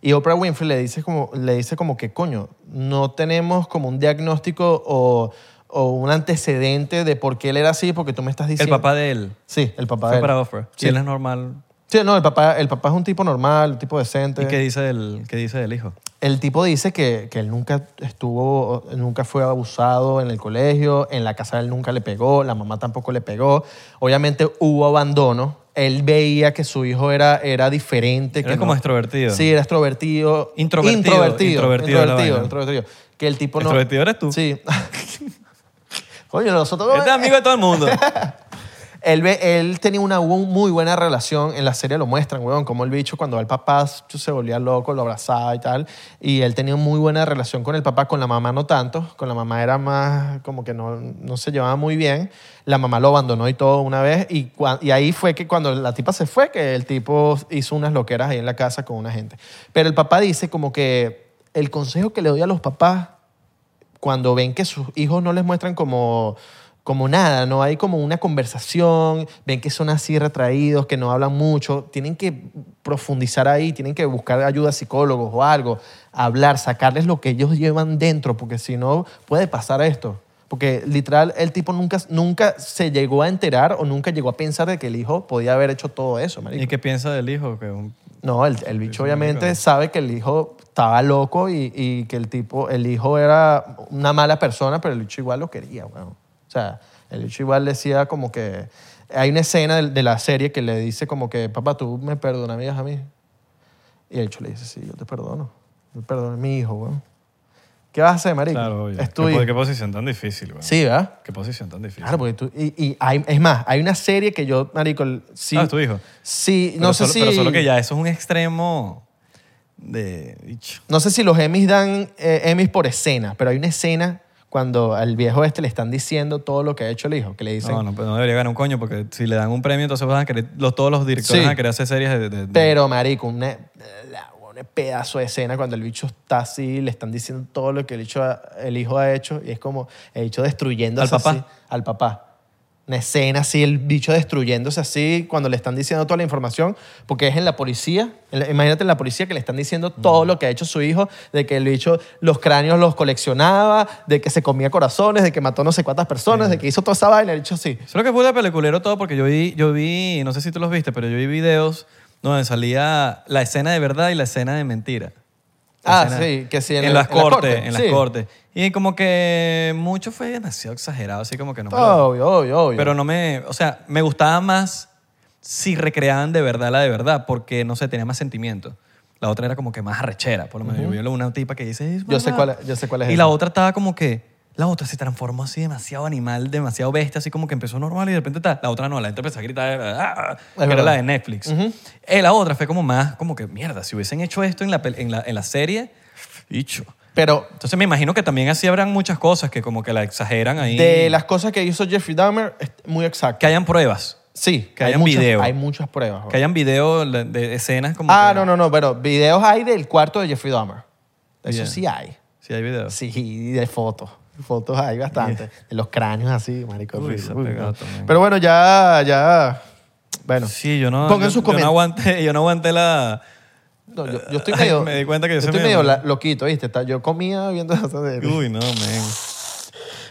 Y Oprah Winfrey le dice como, le dice como que, coño, no tenemos como un diagnóstico o, o un antecedente de por qué él era así, porque tú me estás El diciendo. papá de él Sí, el papá fue de él. para Offer. Sí. Y él es normal. Sí, no, el papá, el papá es un tipo normal, un tipo decente. ¿Y qué dice del, qué dice del hijo? El tipo dice que, que él nunca estuvo, nunca fue abusado en el colegio, en la casa él nunca le pegó, la mamá tampoco le pegó. Obviamente hubo abandono. Él veía que su hijo era, era diferente. Era que como extrovertido. Sí, era extrovertido. Introvertido, Introvertido. introvertido Introvertido. es la vaina. introvertido. Que el tipo no... ¿Extrovertido eres tú? Sí. [LAUGHS] Coño, nosotros... Este es amigo de todo el [LAUGHS] mundo. Él, ve- él tenía una bu- muy buena relación, en la serie lo muestran, weón, como el bicho cuando va el papá chu, se volvía loco, lo abrazaba y tal, y él tenía muy buena relación con el papá, con la mamá no tanto, con la mamá era más como que no, no se llevaba muy bien, la mamá lo abandonó y todo una vez, y, cua- y ahí fue que cuando la tipa se fue, que el tipo hizo unas loqueras ahí en la casa con una gente. Pero el papá dice como que el consejo que le doy a los papás cuando ven que sus hijos no les muestran como, como nada, no hay como una conversación, ven que son así retraídos, que no hablan mucho, tienen que profundizar ahí, tienen que buscar ayuda a psicólogos o algo, hablar, sacarles lo que ellos llevan dentro, porque si no puede pasar esto. Porque literal el tipo nunca, nunca se llegó a enterar o nunca llegó a pensar de que el hijo podía haber hecho todo eso, marico. ¿Y qué piensa del hijo? Que un- No, el, el bicho un obviamente marico. sabe que el hijo estaba loco y, y que el tipo, el hijo era una mala persona, pero el bicho igual lo quería, weón. O sea, el bicho igual decía como que... Hay una escena de, de la serie que le dice como que, papá, tú me perdonarías a mí. Y el bicho le dice, sí, yo te perdono. Yo perdono a mi hijo, weón. ¿Qué vas a hacer, marico? Claro, obvio. Es tu ¿Qué, po- hijo. qué posición tan difícil, güey. Sí, ¿verdad? Qué posición tan difícil. Claro, pues, porque tú... Y, y hay- es más, hay una serie que yo, marico... el- Sí, Ah, es tu hijo. Sí, no Pero sé solo- si... Pero solo que ya eso es un extremo de... bicho. No sé si los Emmys dan eh, Emmys por escena, pero hay una escena cuando al viejo este le están diciendo todo lo que ha hecho el hijo, que le dicen, No, pues, no, no debería ganar un coño porque si le dan un premio entonces van a querer, los, todos los directores Sí. van a querer hacer series de... de- de- pero marico, una, la- un pedazo de escena cuando el bicho está así, le están diciendo todo lo que el hijo ha, el hijo ha hecho y es como el bicho destruyéndose ¿Al papá? así, al papá. Una escena así, el bicho destruyéndose así cuando le están diciendo toda la información, porque es en la policía, en la- imagínate en la policía que le están diciendo todo lo que ha hecho su hijo, de que el bicho los cráneos los coleccionaba, de que se comía corazones, de que mató no sé cuántas personas, de que hizo toda esa vaina, el bicho así. Solo que fue de peliculero todo porque yo vi, yo vi, no sé si tú los viste, pero yo vi videos donde salía la escena de verdad y la escena de mentira. La Ah, sí, que sí, En, en el- las en la cortes, corte, en las sí. cortes. Y como que mucho fue demasiado exagerado, así como que no me lo- Obvio, obvio, obvio. Pero no me, o sea, me gustaba más si recreaban de verdad la de verdad porque, no sé, tenía más sentimiento. La otra era como que más arrechera, por lo menos. Yo vi una tipa que dice... "Es Yo sé verdad". cuál es- yo sé cuál es Y esa. la otra estaba como que... La otra se transformó así demasiado animal, demasiado bestia, así como que empezó normal y de repente ta- la otra no, la gente empezó a gritar, "Ah", que era verdad. la de Netflix. Eh, la otra fue como más, como que mierda, si hubiesen hecho esto en la, pel- en la, en la serie, dicho. Pero Entonces me imagino que también así habrán muchas cosas que como que la exageran ahí. de las cosas que hizo Jeffrey Dahmer, es muy exacto. Que hayan pruebas, sí, que hay hayan muchas, video. Hay muchas pruebas. que hayan video la- de escenas como ah, que- no, no, no, pero videos hay del cuarto de Jeffrey Dahmer. Eso Bien. sí hay. Sí, hay videos. Sí, y de fotos. Fotos hay bastante. De los cráneos así, marico. Uy, horrible. se ha Uy, pegado no. también. Pero bueno, ya, ya. Bueno. Sí, yo no. Pongan yo- Yo sus no comentarios. aguanté, [LAUGHS] yo no aguanté la. No, yo, yo estoy Ay, medio. me di cuenta que yo soy estoy medio- medio, la- loquito, ¿viste? Está- Yo comía viendo [LAUGHS] esa serie. Uy, no, men.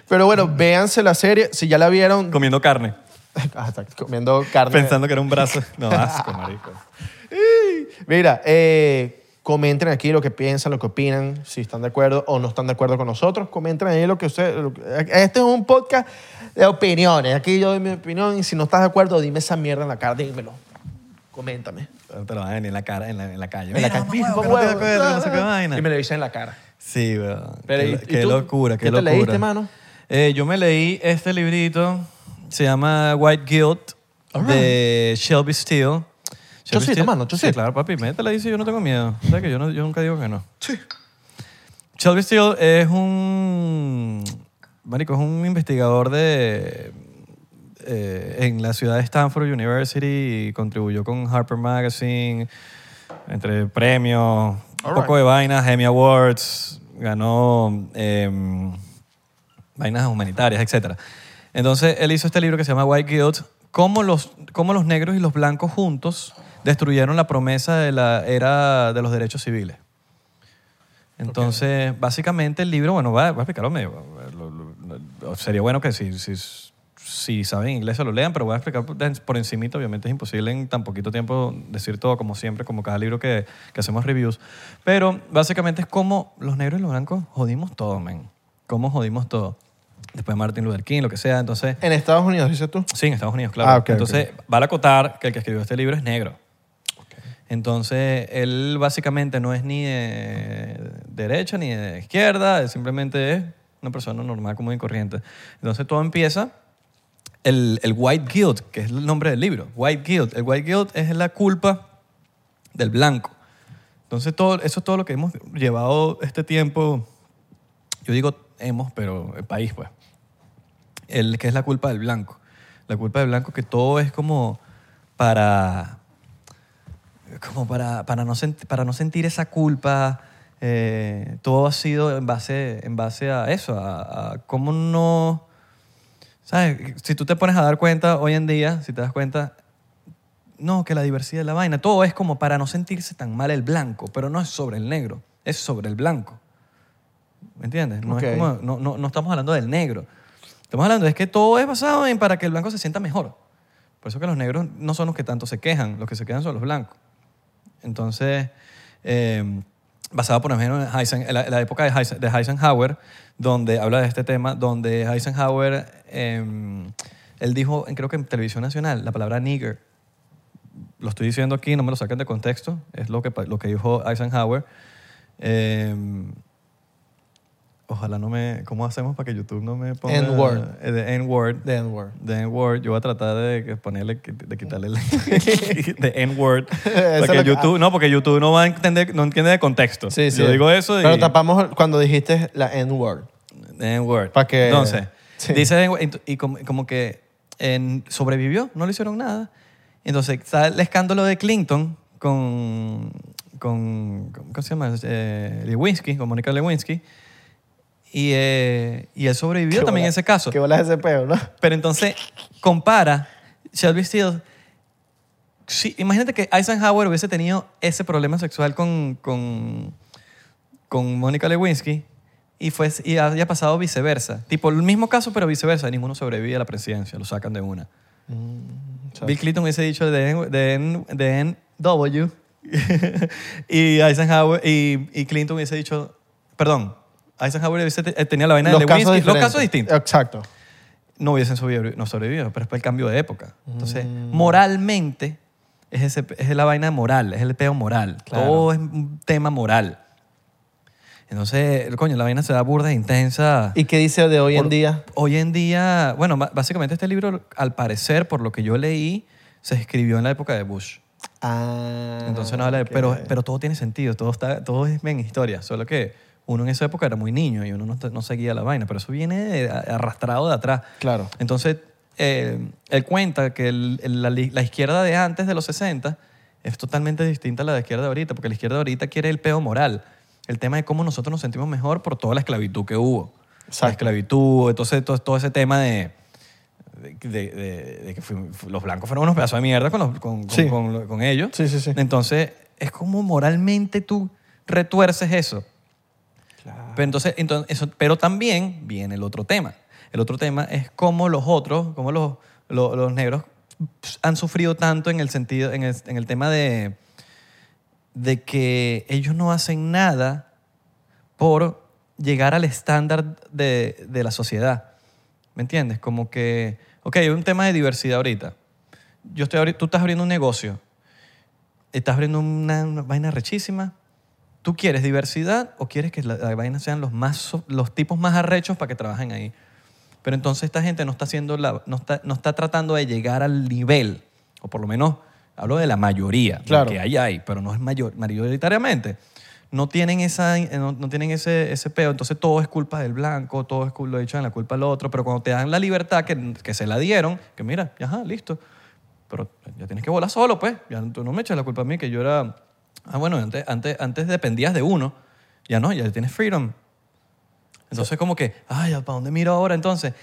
Pero bueno, véanse la serie. Si ya la vieron, Comiendo carne. [LAUGHS] Ah, está comiendo carne. Pensando que era un [LAUGHS] brazo. No, asco, marico. Mira, eh, comenten aquí lo que piensan, lo que opinan, si están de acuerdo o no están de acuerdo con nosotros. Comenten ahí lo que ustedes. lo que- Este es un podcast de opiniones. Aquí yo doy mi opinión y si no estás de acuerdo, dime esa mierda en la cara, dímelo. Coméntame. No te lo van a venir en la cara, en la, en la calle. En la Mira, cara. mamá, huevo, Mismo que no te huevo. acuerdas, no sé qué vaina. Y me lo dicen en la cara. Sí, weón. Pero, qué ¿y- qué y tú? locura, qué, ¿Qué te locura. leíste, mano? Eh, yo me leí este librito, se llama White Guilt, de Shelby Steele. Shelby Chocito, Steele- mano, chocito. Sí, claro, papi, métela y si yo no tengo miedo. O sea que yo, no- yo nunca digo que no. Shelby Steele es un. Marico, es un investigador de. eh, en la ciudad de Stanford University y contribuyó con Harper Magazine, entre premios, un poco de vainas, Emmy Awards, ganó em, vainas humanitarias, etc. Entonces él hizo este libro que se llama White Guilt, cómo los, cómo los negros y los blancos juntos destruyeron la promesa de la era de los derechos civiles. Entonces, básicamente el libro, bueno, va, va a explicarlo medio. lo- lo- lo- sería bueno que si, si, si saben inglés se lo lean, pero voy a explicar por, de- por encimita. Obviamente es imposible en tan poquito tiempo decir todo, como siempre, como cada libro que, que hacemos reviews. Pero básicamente es como los negros y los blancos jodimos todo, men. Cómo jodimos todo. Después Martin Luther King, lo que sea. Entonces, En Estados Unidos, dices tú. Sí, en Estados Unidos, claro. Ah, ok, Entonces, vale acotar que el que escribió este libro es negro. Entonces, él básicamente no es ni de derecha ni de izquierda, él simplemente es una persona normal, común y corriente. Entonces, todo empieza el, el White Guilt, que es el nombre del libro. White Guilt. El White Guilt es la culpa del blanco. Entonces, todo, eso es todo lo que hemos llevado este tiempo. Yo digo hemos, pero el país, pues el que es la culpa del blanco. La culpa del blanco que todo es como para como para, para, no, sent- para no sentir esa culpa. eh, todo ha sido en base, en base a eso, a, a cómo no... ¿Sabes? Si tú te pones a dar cuenta hoy en día, si te das cuenta, no, que la diversidad es la vaina. Todo es como para no sentirse tan mal el blanco, pero no es sobre el negro, es sobre el blanco. ¿Me entiendes? No, Ok. es como, no, no, no estamos hablando del negro. Estamos hablando es que todo es basado en para que el blanco se sienta mejor. Por eso que los negros no son los que tanto se quejan, los que se quejan son los blancos. Entonces, eh, basado por ejemplo en, Eisen- en la, en la época de, Eisen- de Eisenhower, donde habla de este tema, donde Eisenhower, eh, él dijo, creo que en Televisión Nacional, la palabra nigger. Lo estoy diciendo aquí, no me lo saquen de contexto, es lo que, pa- lo que dijo Eisenhower. Eh, ojalá no me... ¿Cómo hacemos para que YouTube no me ponga... N-word. Eh, de N-word. The N-word. De N-word. Yo voy a tratar de que ponerle, de [LAUGHS] quitarle el de N-word. es Porque lo que- YouTube, no, porque YouTube no va a entender, no entiende de contexto. Sí, sí. Yo digo eso y... Pero tapamos cuando dijiste la N-word. N-word. Pa' que- Entonces, Sí. dice N-word, ent- y como, como que en- sobrevivió, no le hicieron nada. Entonces, está el escándalo de Clinton con... con con- ¿Cómo se llama? Eh, Lewinsky, con Mónica Lewinsky. Y, eh, y él sobrevivió también en ese caso. Que bolas ese peo, ¿no? Pero entonces, compara Shelby Steele. Sí, imagínate que Eisenhower hubiese tenido ese problema sexual con, con, con Mónica Lewinsky y, fue, y haya pasado viceversa. Tipo, el mismo caso, pero viceversa. Ninguno sobrevive a la presidencia, lo sacan de una. Bill Clinton hubiese dicho de, N- de, N- de NW [LAUGHS] y Eisenhower y, y Clinton hubiese dicho, perdón, Eisenhower hubiese te- tenía la vaina de Lewinsky. Los casos distintos Exacto. Mm. no hubiesen sobrevivido, no sobrevivido, pero es por el cambio de época. Entonces, moralmente, es, ese, es la vaina moral, es el peo moral. Todo es un tema moral. Entonces, coño, la vaina se da burda, e intensa. ¿Y qué dice de hoy en Por- día? Hoy en día, bueno, ba- básicamente este libro, al parecer, por lo que yo leí, se escribió en la época de Bush. Ah, Entonces no habla de, ok. pero, pero todo tiene sentido, todo, está, todo es en historia, solo que uno en esa época era muy niño y uno no, te- no seguía la vaina, pero eso viene de- a- arrastrado de atrás. Claro. Entonces, eh, él cuenta que el- el- la, li- la izquierda de antes de los 60 es totalmente distinta a la de izquierda de ahorita, porque la izquierda de ahorita quiere el peo moral, el tema de cómo nosotros nos sentimos mejor por toda la esclavitud que hubo. La Exacto. esclavitud, entonces todo, todo ese tema de... de- de- de- de que fui- los blancos fueron unos pedazos de mierda con, los- con- con- Sí. con lo- con ellos. Sí, sí, sí. Entonces, es como moralmente tú retuerces eso. Pero, entonces, enton- eso, pero también viene el otro tema. El otro tema es cómo los otros, cómo los, lo- los negros han sufrido tanto en el sentido, en el, en el tema de, de que ellos no hacen nada por llegar al estándar de, de la sociedad. ¿Me entiendes? Como que, ok, hay un tema de diversidad ahorita. Yo estoy abri- tú estás abriendo un negocio, estás abriendo una, una vaina rechísima. ¿Tú quieres diversidad o quieres que la, la vaina sean los, más, so- los tipos más arrechos para que trabajen ahí? Pero entonces esta gente no está, haciendo la- no está, no está tratando de llegar al nivel, o por lo menos hablo de la mayoría, Claro. que hay hay, pero no es mayor, mayoritariamente. No tienen, esa, no, no tienen ese, ese peo, entonces todo es culpa del blanco, todo es cul- lo hecho en la culpa del otro, pero cuando te dan la libertad que, que se la dieron, que mira, ya, ajá, listo, pero ya tienes que volar solo, pues. Ya tú no me echas la culpa a mí, que yo era... Ah, bueno, antes, antes, antes dependías de uno. Ya no, ya tienes freedom. Entonces como que, ay, ¿para dónde miro ahora entonces?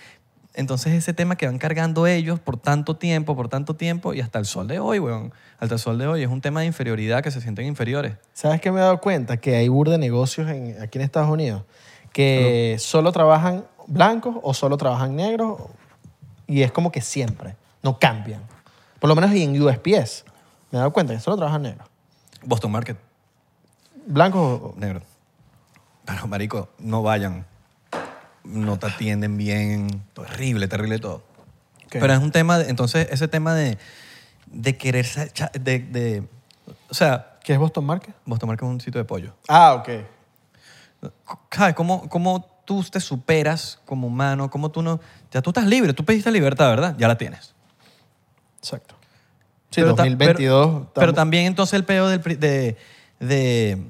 Entonces ese tema que van cargando ellos por tanto tiempo, por tanto tiempo, y hasta el sol de hoy, weón. Hasta el sol de hoy es un tema de inferioridad que se sienten inferiores. ¿Sabes qué me he dado cuenta? Que hay burda de negocios en- aquí en Estados Unidos que solo trabajan blancos o solo trabajan negros y es como que siempre, no cambian. Por lo menos en USPS. Me he dado cuenta que solo trabajan negros. Boston Market, Blancos o- negro. Pero, marico, no vayan. No te atienden bien. Terrible, terrible todo. Ok. Pero es un tema, de- entonces, ese tema de, de querer... sa- cha- De, de, o sea, ¿Qué es Boston Market? Boston Market es un sitio de pollo. Ah, ok. ¿Sabes? ¿Cómo, cómo tú te superas como humano? ¿Cómo tú no...? Ya tú estás libre. Tú pediste libertad, ¿verdad? Ya la tienes. Exacto. Sí, Pero ta- 2022. Pero, estamos- pero también entonces el peo del pri- de, de- de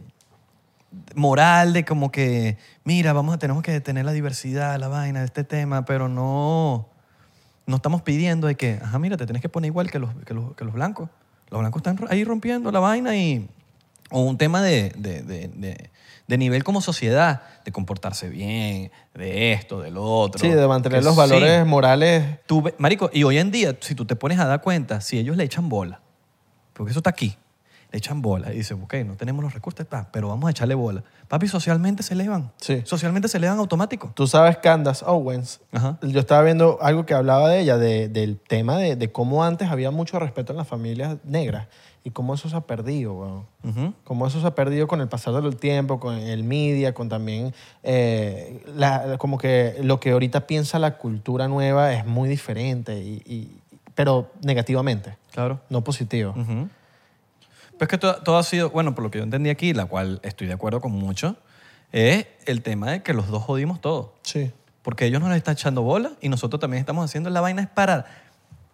moral, de como que, mira, vamos a, tenemos que tener la diversidad, la vaina de este tema, pero no, no estamos pidiendo de que, ajá, mira, te tienes que poner igual que los, que los, que los blancos. Los blancos están ro- ahí rompiendo la vaina y... O un tema de, de- de- de- de nivel como sociedad, de comportarse bien, de esto, del otro. Sí, de mantener Que los sí. valores morales. Tú ve- marico, y hoy en día, si tú te pones a dar cuenta, si ellos le echan bola, porque eso está aquí, le echan bola y dicen, ok, no tenemos los recursos, pa, pero vamos a echarle bola. Papi, socialmente se elevan. Sí. Socialmente se elevan automático. Tú sabes Candace Owens. Ajá. Yo estaba viendo algo que hablaba de ella, de- del tema de, de cómo antes había mucho respeto en las familias negras y cómo eso se ha perdido, weón. Cómo eso se ha perdido con el pasar del tiempo, con el media, con también eh, la- como que lo que ahorita piensa la cultura nueva es muy diferente, y, y- pero negativamente, Claro. no positivo. Pues que todo, todo ha sido, bueno, por lo que yo entendí aquí, la cual estoy de acuerdo con mucho, es el tema de que los dos jodimos todo. Sí. Porque ellos nos le están echando bola y nosotros también estamos haciendo la vaina es para...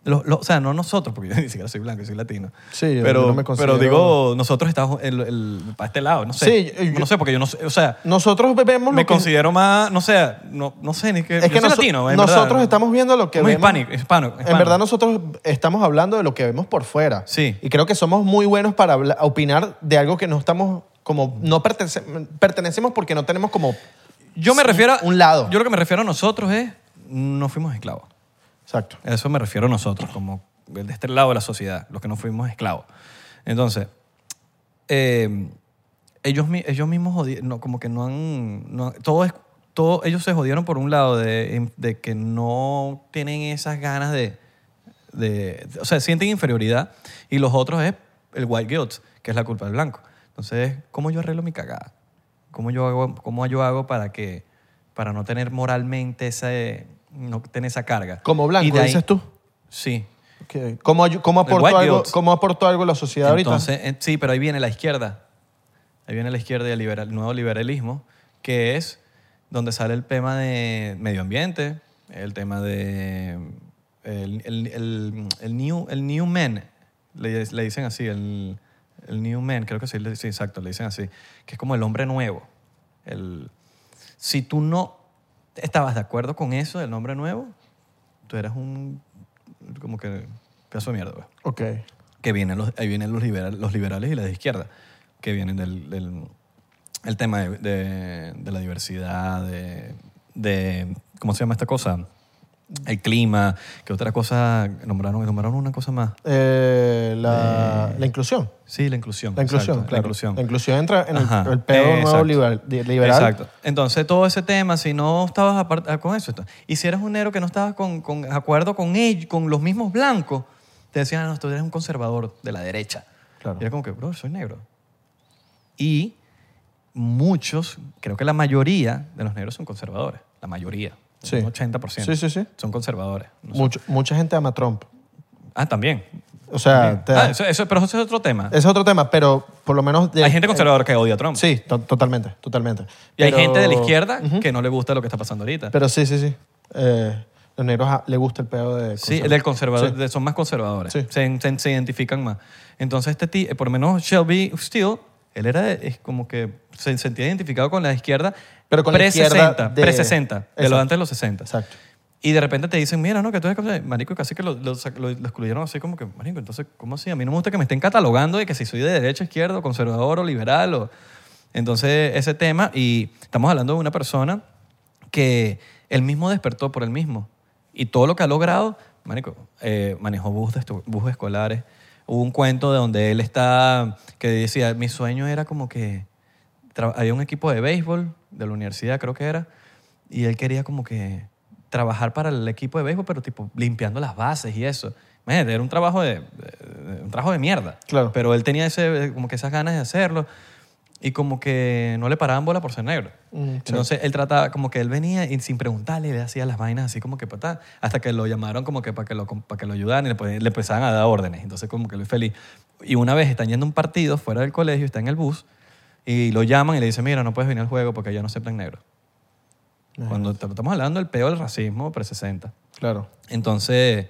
lo- lo- o sea, no nosotros, porque yo [LAUGHS] ni siquiera soy blanco, yo soy latino. Sí, yo pero, no me considero- Pero digo, nosotros estamos el, el- para este lado, no sé. Sí, yo- no sé, porque yo no sé, o sea, Nosotros vemos lo me que- considero más, no sé, no, no sé, ni que... Es que yo soy noso- latino, en nosotros verdad. estamos viendo lo que Como vemos. hispánico, hispano, hispano. En verdad nosotros estamos hablando de lo que vemos por fuera. Sí. Y creo que somos muy buenos para habla- opinar de algo que no estamos como no pertence- pertenecemos porque no tenemos como Yo me un- refiero a... un lado. Yo lo que me refiero a nosotros es, no fuimos esclavos. Exacto. A Eso me refiero a nosotros, como el de este lado de la sociedad, los que no fuimos esclavos. Entonces, eh, ellos, mi- ellos mismos jodi- no, como que no han... no han- todo es, todo, ellos se jodieron por un lado de, de que no tienen esas ganas de, de- O sea, sienten inferioridad y los otros es el white guilt, que es la culpa del blanco. Entonces, ¿cómo yo arreglo mi cagada? ¿Cómo yo hago, cómo yo hago para que para no tener moralmente ese no tener esa carga? Como Y blanco, de ahí- dices tú. Sí. Ok. ¿Cómo, ayu- cómo El white aportó algo, guilt. ¿Cómo aportó algo la sociedad ahorita? Entonces, eh, sí, pero ahí viene la izquierda. Ahí viene la izquierda y el, liberal- el nuevo liberalismo, que es donde sale el tema de medio ambiente, el tema de. El, el- el- el new, el new man, le, le dicen así, el, el new man, creo que sí, le- sí, exacto, le dicen así, que es como el hombre nuevo. El, si tú no estabas de acuerdo con eso del hombre nuevo, tú eras un. como que. pedazo de mierda, pues Ok. que vienen los, ahí vienen los, liberal- los liberales y la de izquierda, que vienen del, del- el tema de, de- de la diversidad, de, de- ¿cómo se llama esta cosa? El clima, que otra cosa, nombraron, nombraron una cosa más. Eh, la, la inclusión. Sí, la inclusión. La inclusión, exacto, claro. La inclusión. La inclusión entra en el- Ajá, el pedo nuevo exacto. liberal- di- liberal. Exacto. Entonces, todo ese tema, si no estabas apar- ah, con eso, esto- y si eras un negro que no estabas con, con acuerdo con ellos, con los mismos blancos, te decían, "Ah, no, tú eres un conservador de la derecha. Claro. Y era como que, bro, soy negro. Y muchos, creo que la mayoría de los negros son conservadores. La mayoría. Sí. Un 80%. Sí, sí, sí. Son conservadores. No sé. Mucho- mucha gente ama a Trump. Ah, también. O sea, te da- Ah, eso, eso- pero eso es otro tema. ese es otro tema, pero por lo menos... de- Hay gente conservadora que odia a Trump. Sí, to- totalmente, totalmente. Y hay Pero- gente de la izquierda que no le gusta lo que está pasando ahorita. Pero sí, sí, sí. Eh, los negros ah, le gusta el pedo de... Sí, conserva- del conservador, Sí. de- son más conservadores. Sí. Se, se- se identifican más. Entonces, este ti- eh, por lo menos Shelby Steele, él era de- es como que se sentía identificado con la izquierda Pero con la izquierda de- pre-60, de Exacto. los antes de los 60. Exacto. Y de repente te dicen, mira, no, que tú eres cosa- marico, casi que lo, lo sac- lo- lo excluyeron así como que, marico, entonces, ¿cómo así? A mí no me gusta que me estén catalogando de que si soy de derecha, izquierda, o conservador o liberal. O... Entonces, ese tema, y estamos hablando de una persona que él mismo despertó por él mismo. Y todo lo que ha logrado, marico, eh, manejó bus, de estu- bus escolares. Hubo un cuento de donde él está, que decía, mi sueño era como que tra- había un equipo de béisbol de la universidad, creo que era, y él quería como que trabajar para el equipo de béisbol, pero tipo limpiando las bases y eso. Imagínate, era un trabajo de, de- de- un trabajo de mierda. Claro. Pero él tenía ese, como que esas ganas de hacerlo y como que no le paraban bola por ser negro. Entonces él trataba, como que él venía y sin preguntarle, le hacía las vainas así como que patá, hasta que lo llamaron como que para que lo, para que lo ayudaran y le, ponían- le empezaban a dar órdenes. Entonces como que lo feliz. Y una vez están yendo a un partido fuera del colegio, está en el bus y lo llaman y le dicen, mira, no puedes venir al juego porque allá no aceptan negros. Cuando te- estamos hablando del peor del racismo pre-60. Claro. Entonces,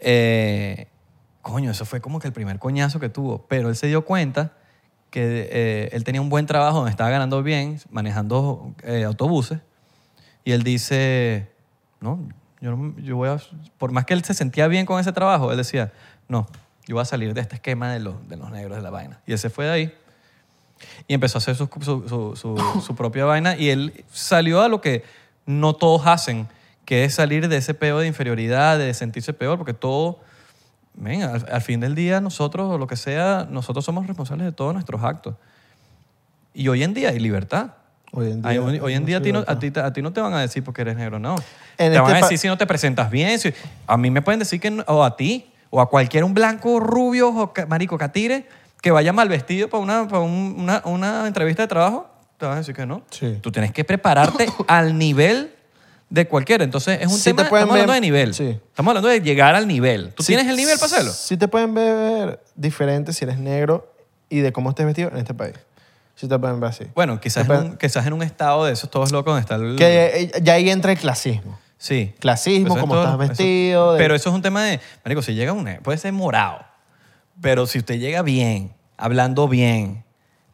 eh, coño, eso fue como que el primer coñazo que tuvo. Pero él se dio cuenta que eh, él tenía un buen trabajo donde estaba ganando bien, manejando eh, autobuses. Y él dice, no, yo, no- yo voy a... Por más que él se sentía bien con ese trabajo, él decía, no, yo voy a salir de este esquema de los, de los negros de la vaina. Y él se fue de ahí y empezó a hacer su, su- su- su- su propia vaina y él salió a lo que no todos hacen, que es salir de ese peo de inferioridad, de sentirse peor, porque todo, men, al, al fin del día nosotros, o lo que sea, nosotros somos responsables de todos nuestros actos. Y hoy en día hay libertad. Hoy en día, Hay- hoy en no día a sé ti no, de a, ti, a ti no te van a decir porque eres negro, no. te En este van a pa- decir si no te presentas bien. si- a mí me pueden decir que, no- o a ti, o a cualquier un blanco, rubio, o ca- marico, catire, que vaya mal vestido para, una, para un- una, una entrevista de trabajo, te van a decir que no. Sí. Tú tienes que [LAUGHS] prepararte al nivel de cualquiera. Entonces, es un Sí tema, te pueden estamos hablando de ver- nivel. sí. Estamos hablando de llegar al nivel. ¿Tú Sí, tienes el nivel para hacerlo? Sí te pueden ver diferente si eres negro y de cómo estés vestido en este país. Sí te pueden ver así. Bueno, quizás, Te en pueden- un, quizás en un estado de esos todos locos donde está el... Que eh, ya ahí entra el clasismo. Sí. Clasismo, Eso es cómo todo- estás eso- vestido, de- Pero eso es un tema de. Marico, si llega un. Puede ser morado. Pero si usted llega bien, hablando bien,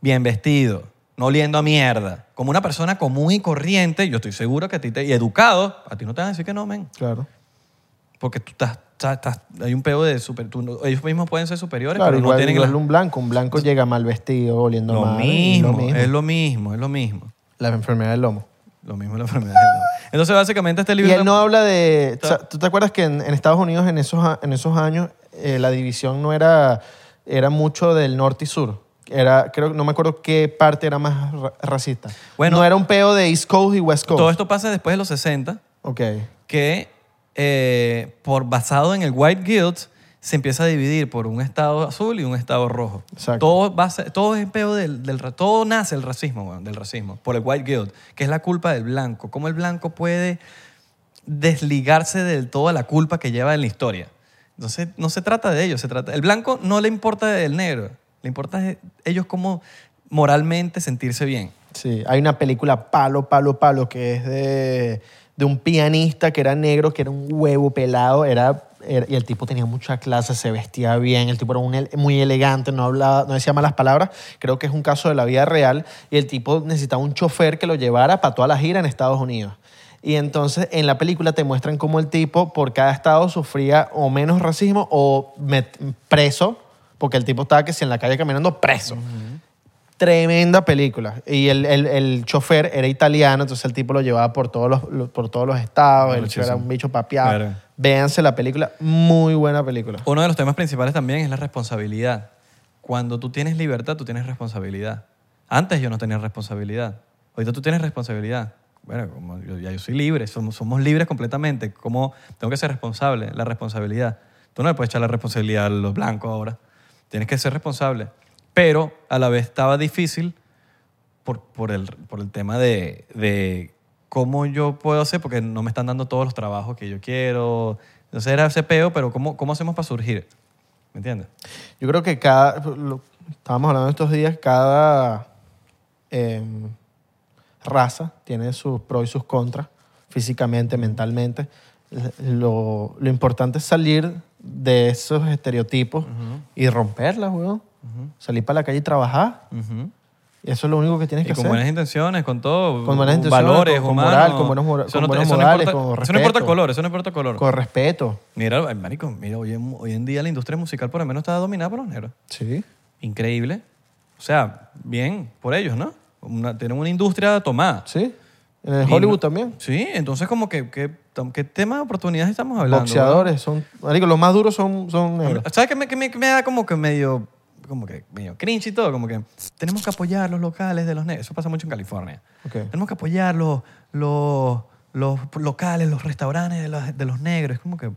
bien vestido, no oliendo a mierda, como una persona común y corriente, yo estoy seguro que a ti te. Y educado, a ti no te van a decir que no, men. Claro. Porque tú estás. estás- estás- hay un peo de. Super, tú no- ellos mismos pueden ser superiores, Claro, pero igual, no tienen igual la- un blanco. Un blanco llega mal vestido, oliendo lo, mal. mismo, lo mismo. Es lo mismo, es lo mismo. La enfermedad del lomo. Lo mismo la enfermedad. del lobo. Entonces, básicamente, este Y libro. él no habla de... o sea, ¿Tú te acuerdas que en, en Estados Unidos en esos, a- en esos años eh, la división no era, era mucho del norte y sur? Era, creo, no me acuerdo qué parte era más ra- racista. Bueno. no era un peo de East Coast y West Coast. Todo esto pasa después de los 60. Ok. que eh, por basado en el white guilt se empieza a dividir por un estado azul y un estado rojo. Exacto. Todo, va a ser- todo es peor del, del ra- todo nace el racismo, weón, del racismo, por el white guilt, que es la culpa del blanco. Cómo el blanco puede desligarse del todo a la culpa que lleva en la historia. Entonces, no se trata de ellos, se trata... El blanco no le importa del negro, le importa de ellos cómo moralmente sentirse bien. Sí, hay una película Palo, Palo, Palo que es de, de un pianista que era negro, que era un huevo pelado, era, era- y el tipo tenía mucha clase, se vestía bien, el tipo era un ele- muy elegante, no, hablaba, no decía malas palabras, creo que es un caso de la vida real, y el tipo necesitaba un chofer que lo llevara para toda la gira en Estados Unidos. Y entonces en la película te muestran cómo el tipo por cada estado sufría o menos racismo o met- preso, porque el tipo estaba que si en la calle caminando preso. Tremenda película. Y el, el- el chofer era italiano, entonces el tipo lo llevaba por todos los, lo- por todos los estados. El Ah, Muchísimo. chofer era un bicho papeado. Claro. Véanse la película. Muy buena película. Uno de los temas principales también es la responsabilidad. Cuando tú tienes libertad, tú tienes responsabilidad. Antes yo no tenía responsabilidad. Ahorita tú tienes responsabilidad. Bueno, como yo, ya yo soy libre, somos, somos libres completamente. ¿Cómo tengo que ser responsable? La responsabilidad. Tú no le puedes echar la responsabilidad a los blancos ahora. Tienes que ser responsable. Pero a la vez estaba difícil por, por el, por el tema de, de cómo yo puedo hacer, porque no me están dando todos los trabajos que yo quiero. Entonces era ese peo, pero ¿cómo, cómo hacemos para surgir? ¿Me entiendes? Yo creo que cada. lo- estábamos hablando estos días, cada eh, raza tiene sus pros y sus contras, físicamente, mentalmente. Lo, lo importante es salir de esos estereotipos y romperlas, weón. Salir para la calle y trabajar. Ujú. Y eso es lo único que tienes Y que con hacer. buenas intenciones, con todo. Con buenas intenciones, Valores, con- con humanos. moral, con buenos mora- Eso con no te- buenos eso no modales, importa- con Eso no importa el respeto. color, eso no importa el color. Con respeto. Mira, ay, marico, mira, hoy en, hoy en día la industria musical por lo menos está dominada por los negros. Sí. Increíble. O sea, bien por ellos, ¿no? Una- tienen una industria tomada. Sí. En el Y Hollywood no- también. Sí, entonces como que, que tam- ¿qué tema de oportunidades estamos hablando? Boxeadores son. Marico, los más duros son, son negros. weón? ¿Sabes qué me, que me, que me da como que medio, como que medio cringe y todo? Como que tenemos que apoyar los locales de los negros. Eso pasa mucho en California. Ok. Tenemos que apoyar los, los, los locales, los restaurantes de los, de los negros. Es como que,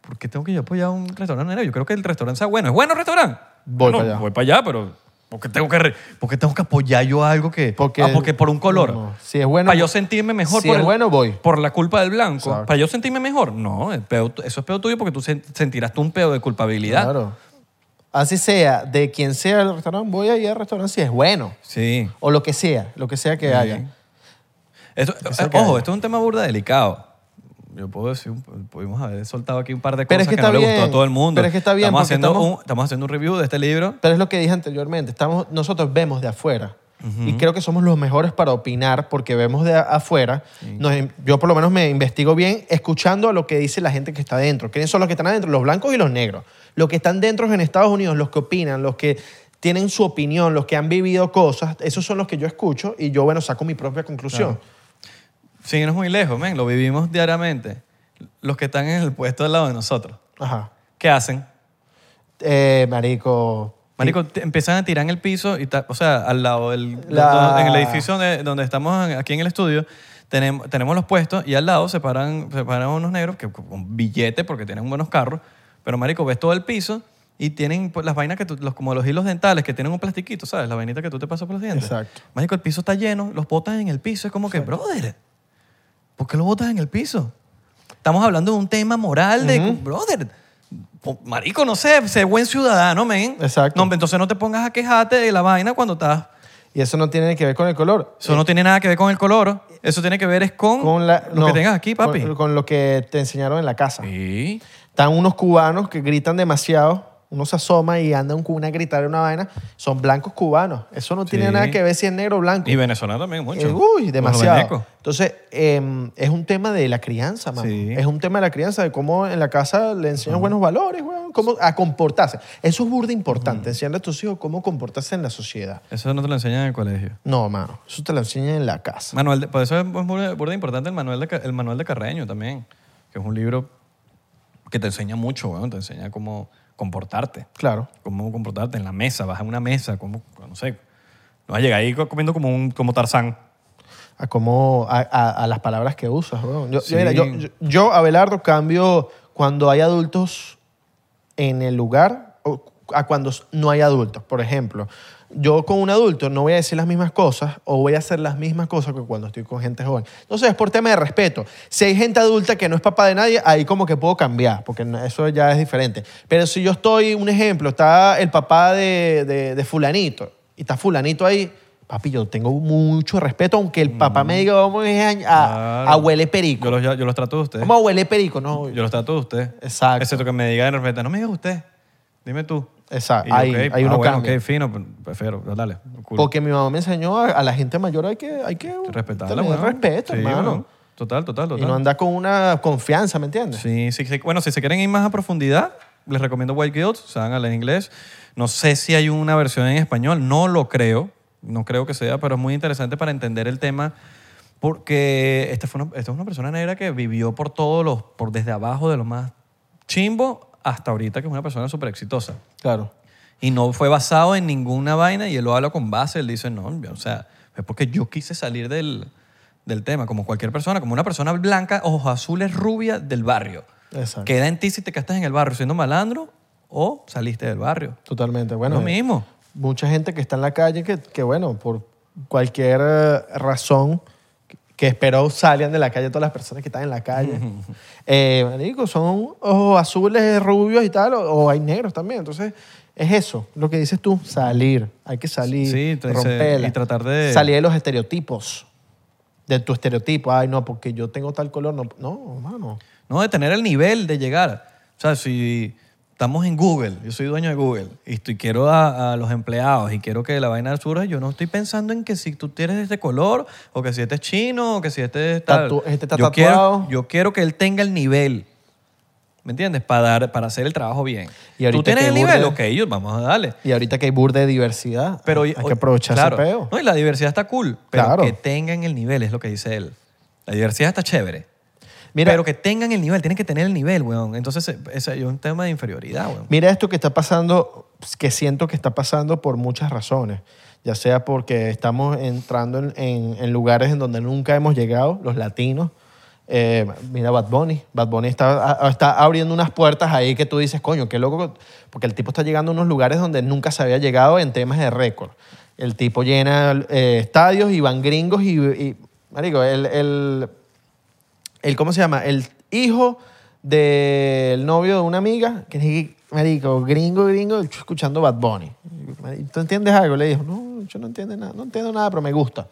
¿por qué tengo que yo apoyar un restaurante negro? Yo creo que el restaurante sea bueno. ¿Es bueno el restaurante? Voy Bueno, para allá. Voy para allá, pero... Porque tengo, que re- porque tengo que apoyar yo algo que... Porque- ah, porque por un color. No, no. Si es bueno- Para yo sentirme mejor. Si por es el- bueno, voy. por la culpa del blanco, Exacto. para yo sentirme mejor. No, el peo- eso es peo tuyo porque tú sen- sentirás tú un peo de culpabilidad. Claro. Así sea, de quien sea el restaurante, voy a ir al restaurante si es bueno. Sí. O lo que sea, lo que sea que haya. Esto- Eso eh, que ojo, hay. esto es un tema burda delicado. Yo puedo decir, un- pudimos haber soltado aquí un par de cosas Pero es que, que no está le gustó a bien. todo el mundo. Pero es que está bien Estamos porque haciendo, estamos- Un, estamos haciendo un review de este libro. Pero es lo que dije anteriormente, estamos, nosotros vemos de afuera y creo que somos los mejores para opinar porque vemos de a- afuera. Nos in- yo por lo menos me investigo bien escuchando a lo que dice la gente que está dentro. ¿Quiénes son los que están adentro? Los blancos y los negros. Los que están dentro es en Estados Unidos, los que opinan, los que tienen su opinión, los que han vivido cosas, esos son los que yo escucho y yo, bueno, saco mi propia conclusión. Sí, no es muy lejos, men, lo vivimos diariamente. Los que están en el puesto al lado de nosotros, Ajá. ¿qué hacen? Eh, marico, Marico, te- empiezan a tirar en el piso, y ta- o sea, al lado del La- do- en el edificio donde, donde estamos en- aquí en el estudio, tenemos, tenemos los puestos y al lado se paran, se paran unos negros que con billete porque tienen buenos carros, pero Marico, ves todo el piso y tienen pues, las vainas que tú, los, como los hilos dentales que tienen un plastiquito, ¿sabes? La vainita que tú te pasas por los dientes. Exacto. Marico, el piso está lleno, los botas en el piso, es como que, brother, ¿por qué lo botas en el piso? Estamos hablando de un tema moral de, brother, po- marico, no sé, sé buen ciudadano, men. Exacto. No, entonces no te pongas a quejarte de la vaina cuando estás... y eso no tiene que ver con el color. Eso no tiene nada que ver con el color. Eso tiene que ver es con, Con la- lo que no, tengas aquí, papi. Con, con lo que te enseñaron en la casa. Sí. Están unos cubanos que gritan demasiado. Uno se asoma y andan con una gritar una vaina. Son blancos cubanos. Eso no tiene Sí. nada que ver si es negro o blanco. Y Venezuela también, mucho. Eh, Con Uy, los demasiado. venecos. Entonces, eh, es un tema de la crianza, mano. Sí. Es un tema de la crianza, de cómo en la casa le enseñas buenos valores, weón, cómo a comportarse. Eso es burda importante, enseñarle a tus hijos cómo comportarse en la sociedad. Eso no te lo enseñan en el colegio. No, mano, eso te lo enseñan en la casa. Manuel de- por eso es muy, importante el manual, de, Ca- el manual de Carreño también, que es un libro que te enseña mucho, weón, te enseña cómo comportarte. Claro. cómo comportarte en la mesa, vas a una mesa, cómo, no sé. No vas a llegar ahí co- comiendo como un como Tarzán. a cómo a, a- a las palabras que usas. weón. Yo, Sí. mira, yo, yo- yo, Abelardo, cambio cuando hay adultos en el lugar o a cuando no hay adultos. Por ejemplo, yo con un adulto no voy a decir las mismas cosas o voy a hacer las mismas cosas que cuando estoy con gente joven. Entonces es por tema de respeto. Si hay gente adulta que no es papá de nadie, ahí como que puedo cambiar, porque no- eso ya es diferente. Pero si yo estoy, un ejemplo, está el papá de, de- de fulanito y está fulanito ahí, papi, yo tengo mucho respeto, aunque el papá me diga, vamos a, a, a Claro. huele perico. Yo los, yo los trato de ustedes. Vamos a huele perico, no. Yo los trato de ustedes. Exacto. Eh, Excepto que me digan de repente, no me digas usted, dime tú. Exacto. Y yo, Ahí- ok, ahí uno ah, bueno, cambia. ok, fino, pues, prefiero, pero dale. cool. Porque mi mamá me enseñó a, a la gente mayor hay que, hay que Respetarla, tener weón. respeto, Sí, hermano. weón. Total, total, total. Y no andar con una confianza, ¿me entiendes? Sí, sí, sí. Bueno, si se quieren ir más a profundidad, les recomiendo White Guilt, se van a leer en inglés. No sé si hay una versión en español, no lo creo, no creo que sea, pero es muy interesante para entender el tema porque esta, fue una, esta es una persona negra que vivió por todos los, por desde abajo de lo más chimbo hasta ahorita que es una persona súper exitosa. Claro. Y no fue basado en ninguna vaina y él lo habla con base, él dice, no, o sea, es porque yo quise salir del, del tema, como cualquier persona, como una persona blanca, ojos azules, rubia del barrio. Exacto. Queda en ti si te castas en el barrio siendo malandro o saliste del barrio. Totalmente. Bueno, Lo eh, mismo. Mucha gente que está en la calle que, que, bueno, por cualquier eh, razón que- que esperó salían de la calle todas las personas que están en [LAUGHS] la calle. eh, marico, son ojos azules, rubios y tal, o, o hay negros también. Entonces, es eso, lo que dices tú, salir. Hay que salir, Sí, te dice- romperla. y tratar de- Salir de los estereotipos, de tu estereotipo. Ay, no, porque yo tengo tal color. No, no hermano. No, de tener el nivel de llegar. O sea, si estamos en Google, yo soy dueño de Google, y estoy, quiero a, a los empleados y quiero que la vaina surja, yo no estoy pensando en que si tú tienes este color, o que si este es chino, o que si este es tal. Tatu- este está yo tatuado. Quiero, yo quiero que él tenga el nivel. ¿Me entiendes? Para, dar, para hacer el trabajo bien. Y ahorita ¿Tú tienes que el nivel? Google- Ok, yo- vamos a darle. Y ahorita que hay burda de diversidad, Pero, hay oye, que aprovechar claro. ese peo. No, y la diversidad está cool, pero Claro. que tengan el nivel, es lo que dice él. La diversidad está chévere. Mira, pero que tengan el nivel, tienen que tener el nivel, weón. Entonces, eh, ese es un tema de inferioridad, weón. Mira esto que está pasando, pues, que siento que está pasando por muchas razones. Ya sea porque estamos entrando en, en- en lugares en donde nunca hemos llegado, los latinos. Eh, mira Bad Bunny. Bad Bunny está, a- está abriendo unas puertas ahí que tú dices, coño, qué loco. Porque el tipo está llegando a unos lugares donde nunca se había llegado en temas de récord. El tipo llena eh, estadios y van gringos y... y marico, el- el, el cómo se llama el hijo del novio de una amiga que es marico gringo gringo escuchando Bad Bunny ¿tú entiendes algo? le dijo no yo no entiendo nada no entiendo nada pero me gusta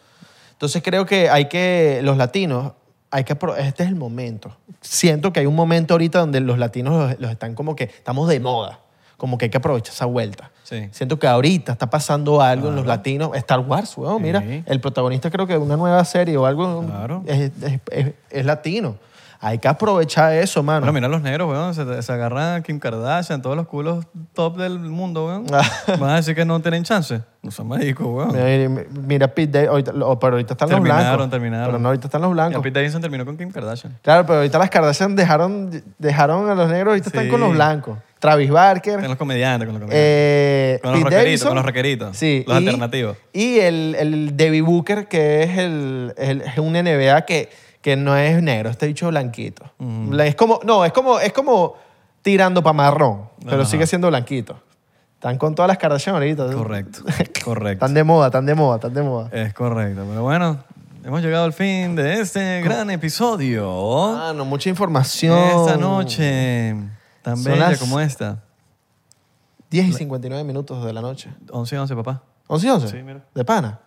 entonces creo que hay que los latinos hay que apro- este es el momento siento que hay un momento ahorita donde los latinos los, los están como que estamos de moda como que hay que aprovechar esa vuelta Sí. siento que ahorita está pasando algo en los latinos Star Wars weón, mira Sí. el protagonista creo que de una nueva serie o algo Claro. es, es- es- es latino. Hay que aprovechar eso, mano. Bueno, mira a los negros, weón. Se, se agarran a Kim Kardashian, todos los culos top del mundo, weón. Ah. Van a decir que no tienen chance. No son médicos, weón. mira, Eh, mira Pete Davidson, ahorita- lo- pero ahorita están terminaron, los blancos. terminaron. Pero no, ahorita están los Y blancos. Pete Davidson terminó con Kim Kardashian. Claro, pero ahorita las Kardashian dejaron, dejaron a los negros, ahorita están Sí. con los blancos. Travis Barker. Con los comediantes, con los comediantes. eh, Con los Pete rockeritos, Davidson. con los rockeritos. Sí. Los y- alternativos. Y el, el Debbie Booker, que es, el, el- es un NBA que, que no es negro, está dicho blanquito. Es como, no, es como, es como tirando para marrón, pero Ajá. sigue siendo blanquito. Están con todas las Kardashian ahorita. [LAUGHS] correcto, correcto. Están de moda, están de moda, están de moda. Es correcto. Pero bueno, hemos llegado al fin de este gran episodio. Mano, mucha información. Esta noche tan Son bella las- como esta. 10 y 59 minutos de la noche. 11 y 11, papá. 11 y 11. Sí, mira. De pana.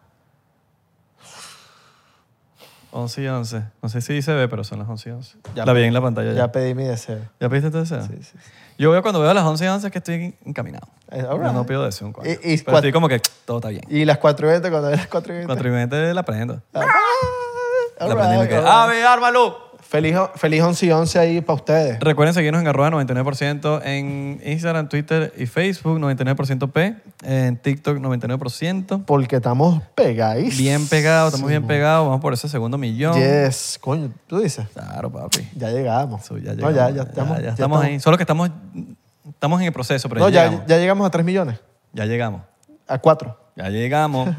11 y 11. No sé si se ve, pero son las 11 y 11. Ya. la vi en la pantalla. Ya ¿Ya, pedí mi deseo. ¿Ya pediste tu deseo? Sí, sí. Yo veo cuando veo las 11 y 11 que estoy encaminado. Eh, Yo all right. No pido deseo un coño. Y- y Pero cuat- estoy como que todo está bien. Y las 4 y 20, cuando es las 4 y 20. 4 y 20 la prendo. Ah, la all prendo y right, que, all right. ¡Ave, ármalo! Feliz, feliz 11 y 11 ahí para ustedes. Recuerden seguirnos en arroba 99% en Instagram, Twitter y Facebook, 99% P, en TikTok 99%. Porque estamos pegáis. Bien pegados, estamos bien pegados, vamos por ese segundo millón. Yes. Coño, tú dices. Claro, papi. Ya llegamos. Eso, ya, No, llegamos, ya, ya estamos. ya estamos ahí. Solo que estamos, estamos en el proceso, pero No, ya, ya, llegamos. ya llegamos a 3 millones. ya llegamos. A 4. Ya llegamos.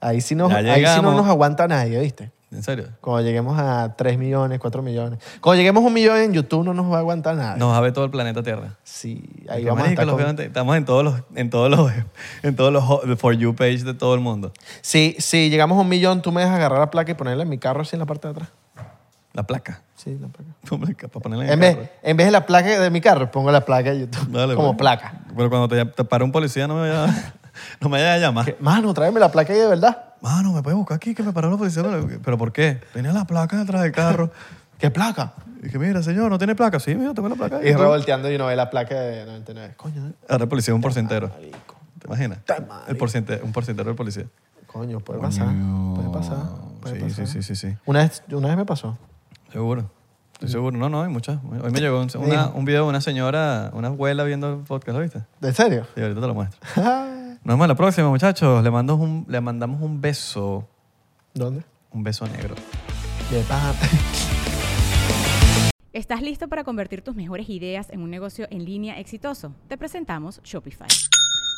Ahí sí, nos, [LAUGHS] Ya ahí sí no llegamos. nos aguanta nadie, ¿viste? ¿En serio? Cuando lleguemos a 3 millones, 4 millones. Cuando lleguemos a un millón en YouTube no nos va a aguantar nada. Nos va a ver todo el planeta Tierra. Sí, ahí Qué vamos a marico, estar los con- veo en- Estamos en todos los, en todos los, [LAUGHS] en todos los ho- For You page de todo el mundo. Sí, si llegamos a un millón, tú me dejas agarrar la placa y ponerla en mi carro así en la parte de atrás. La placa. [LAUGHS] Sí, la placa. Para ponerla en el En vez, carro. en vez de la placa de mi carro, pongo la placa de YouTube pues. Dale, como pues. placa. Pero cuando te, te pare un policía no me vaya, a- [LAUGHS] no me vaya a llamar. Que, Mano, tráeme la placa ahí de verdad. Mano, me puedes buscar aquí que me paró la policía. Pero, ¿Pero por qué? Tenía la placa detrás del [LAUGHS] carro. ¿Qué placa? Y dije, mira, señor, ¿no tiene placa? Sí, mira, tengo la placa. ahí. Y revolteando y uno ve la placa de 99. Coño, eh. Ahora el policía es un porcentero. ¿Te imaginas? El porcente- un porcentero del policía. coño, puede pasar. Puede pasar. Puede Sí, pasar. sí, sí, sí, sí. Una vez, una vez me pasó. Seguro. Estoy seguro. No, no, hay muchas. Hoy me llegó un, una- Dijo. un video de una señora, una abuela viendo el podcast, ¿lo viste? [LAUGHS] ¿En serio? Sí, ahorita te lo muestro. Nos vemos la próxima, muchachos. Le, mando un, le mandamos un beso, ¿Dónde? un beso negro. De pan. ¿Estás listo para convertir tus mejores ideas en un negocio en línea exitoso? Te presentamos Shopify.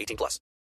18 plus.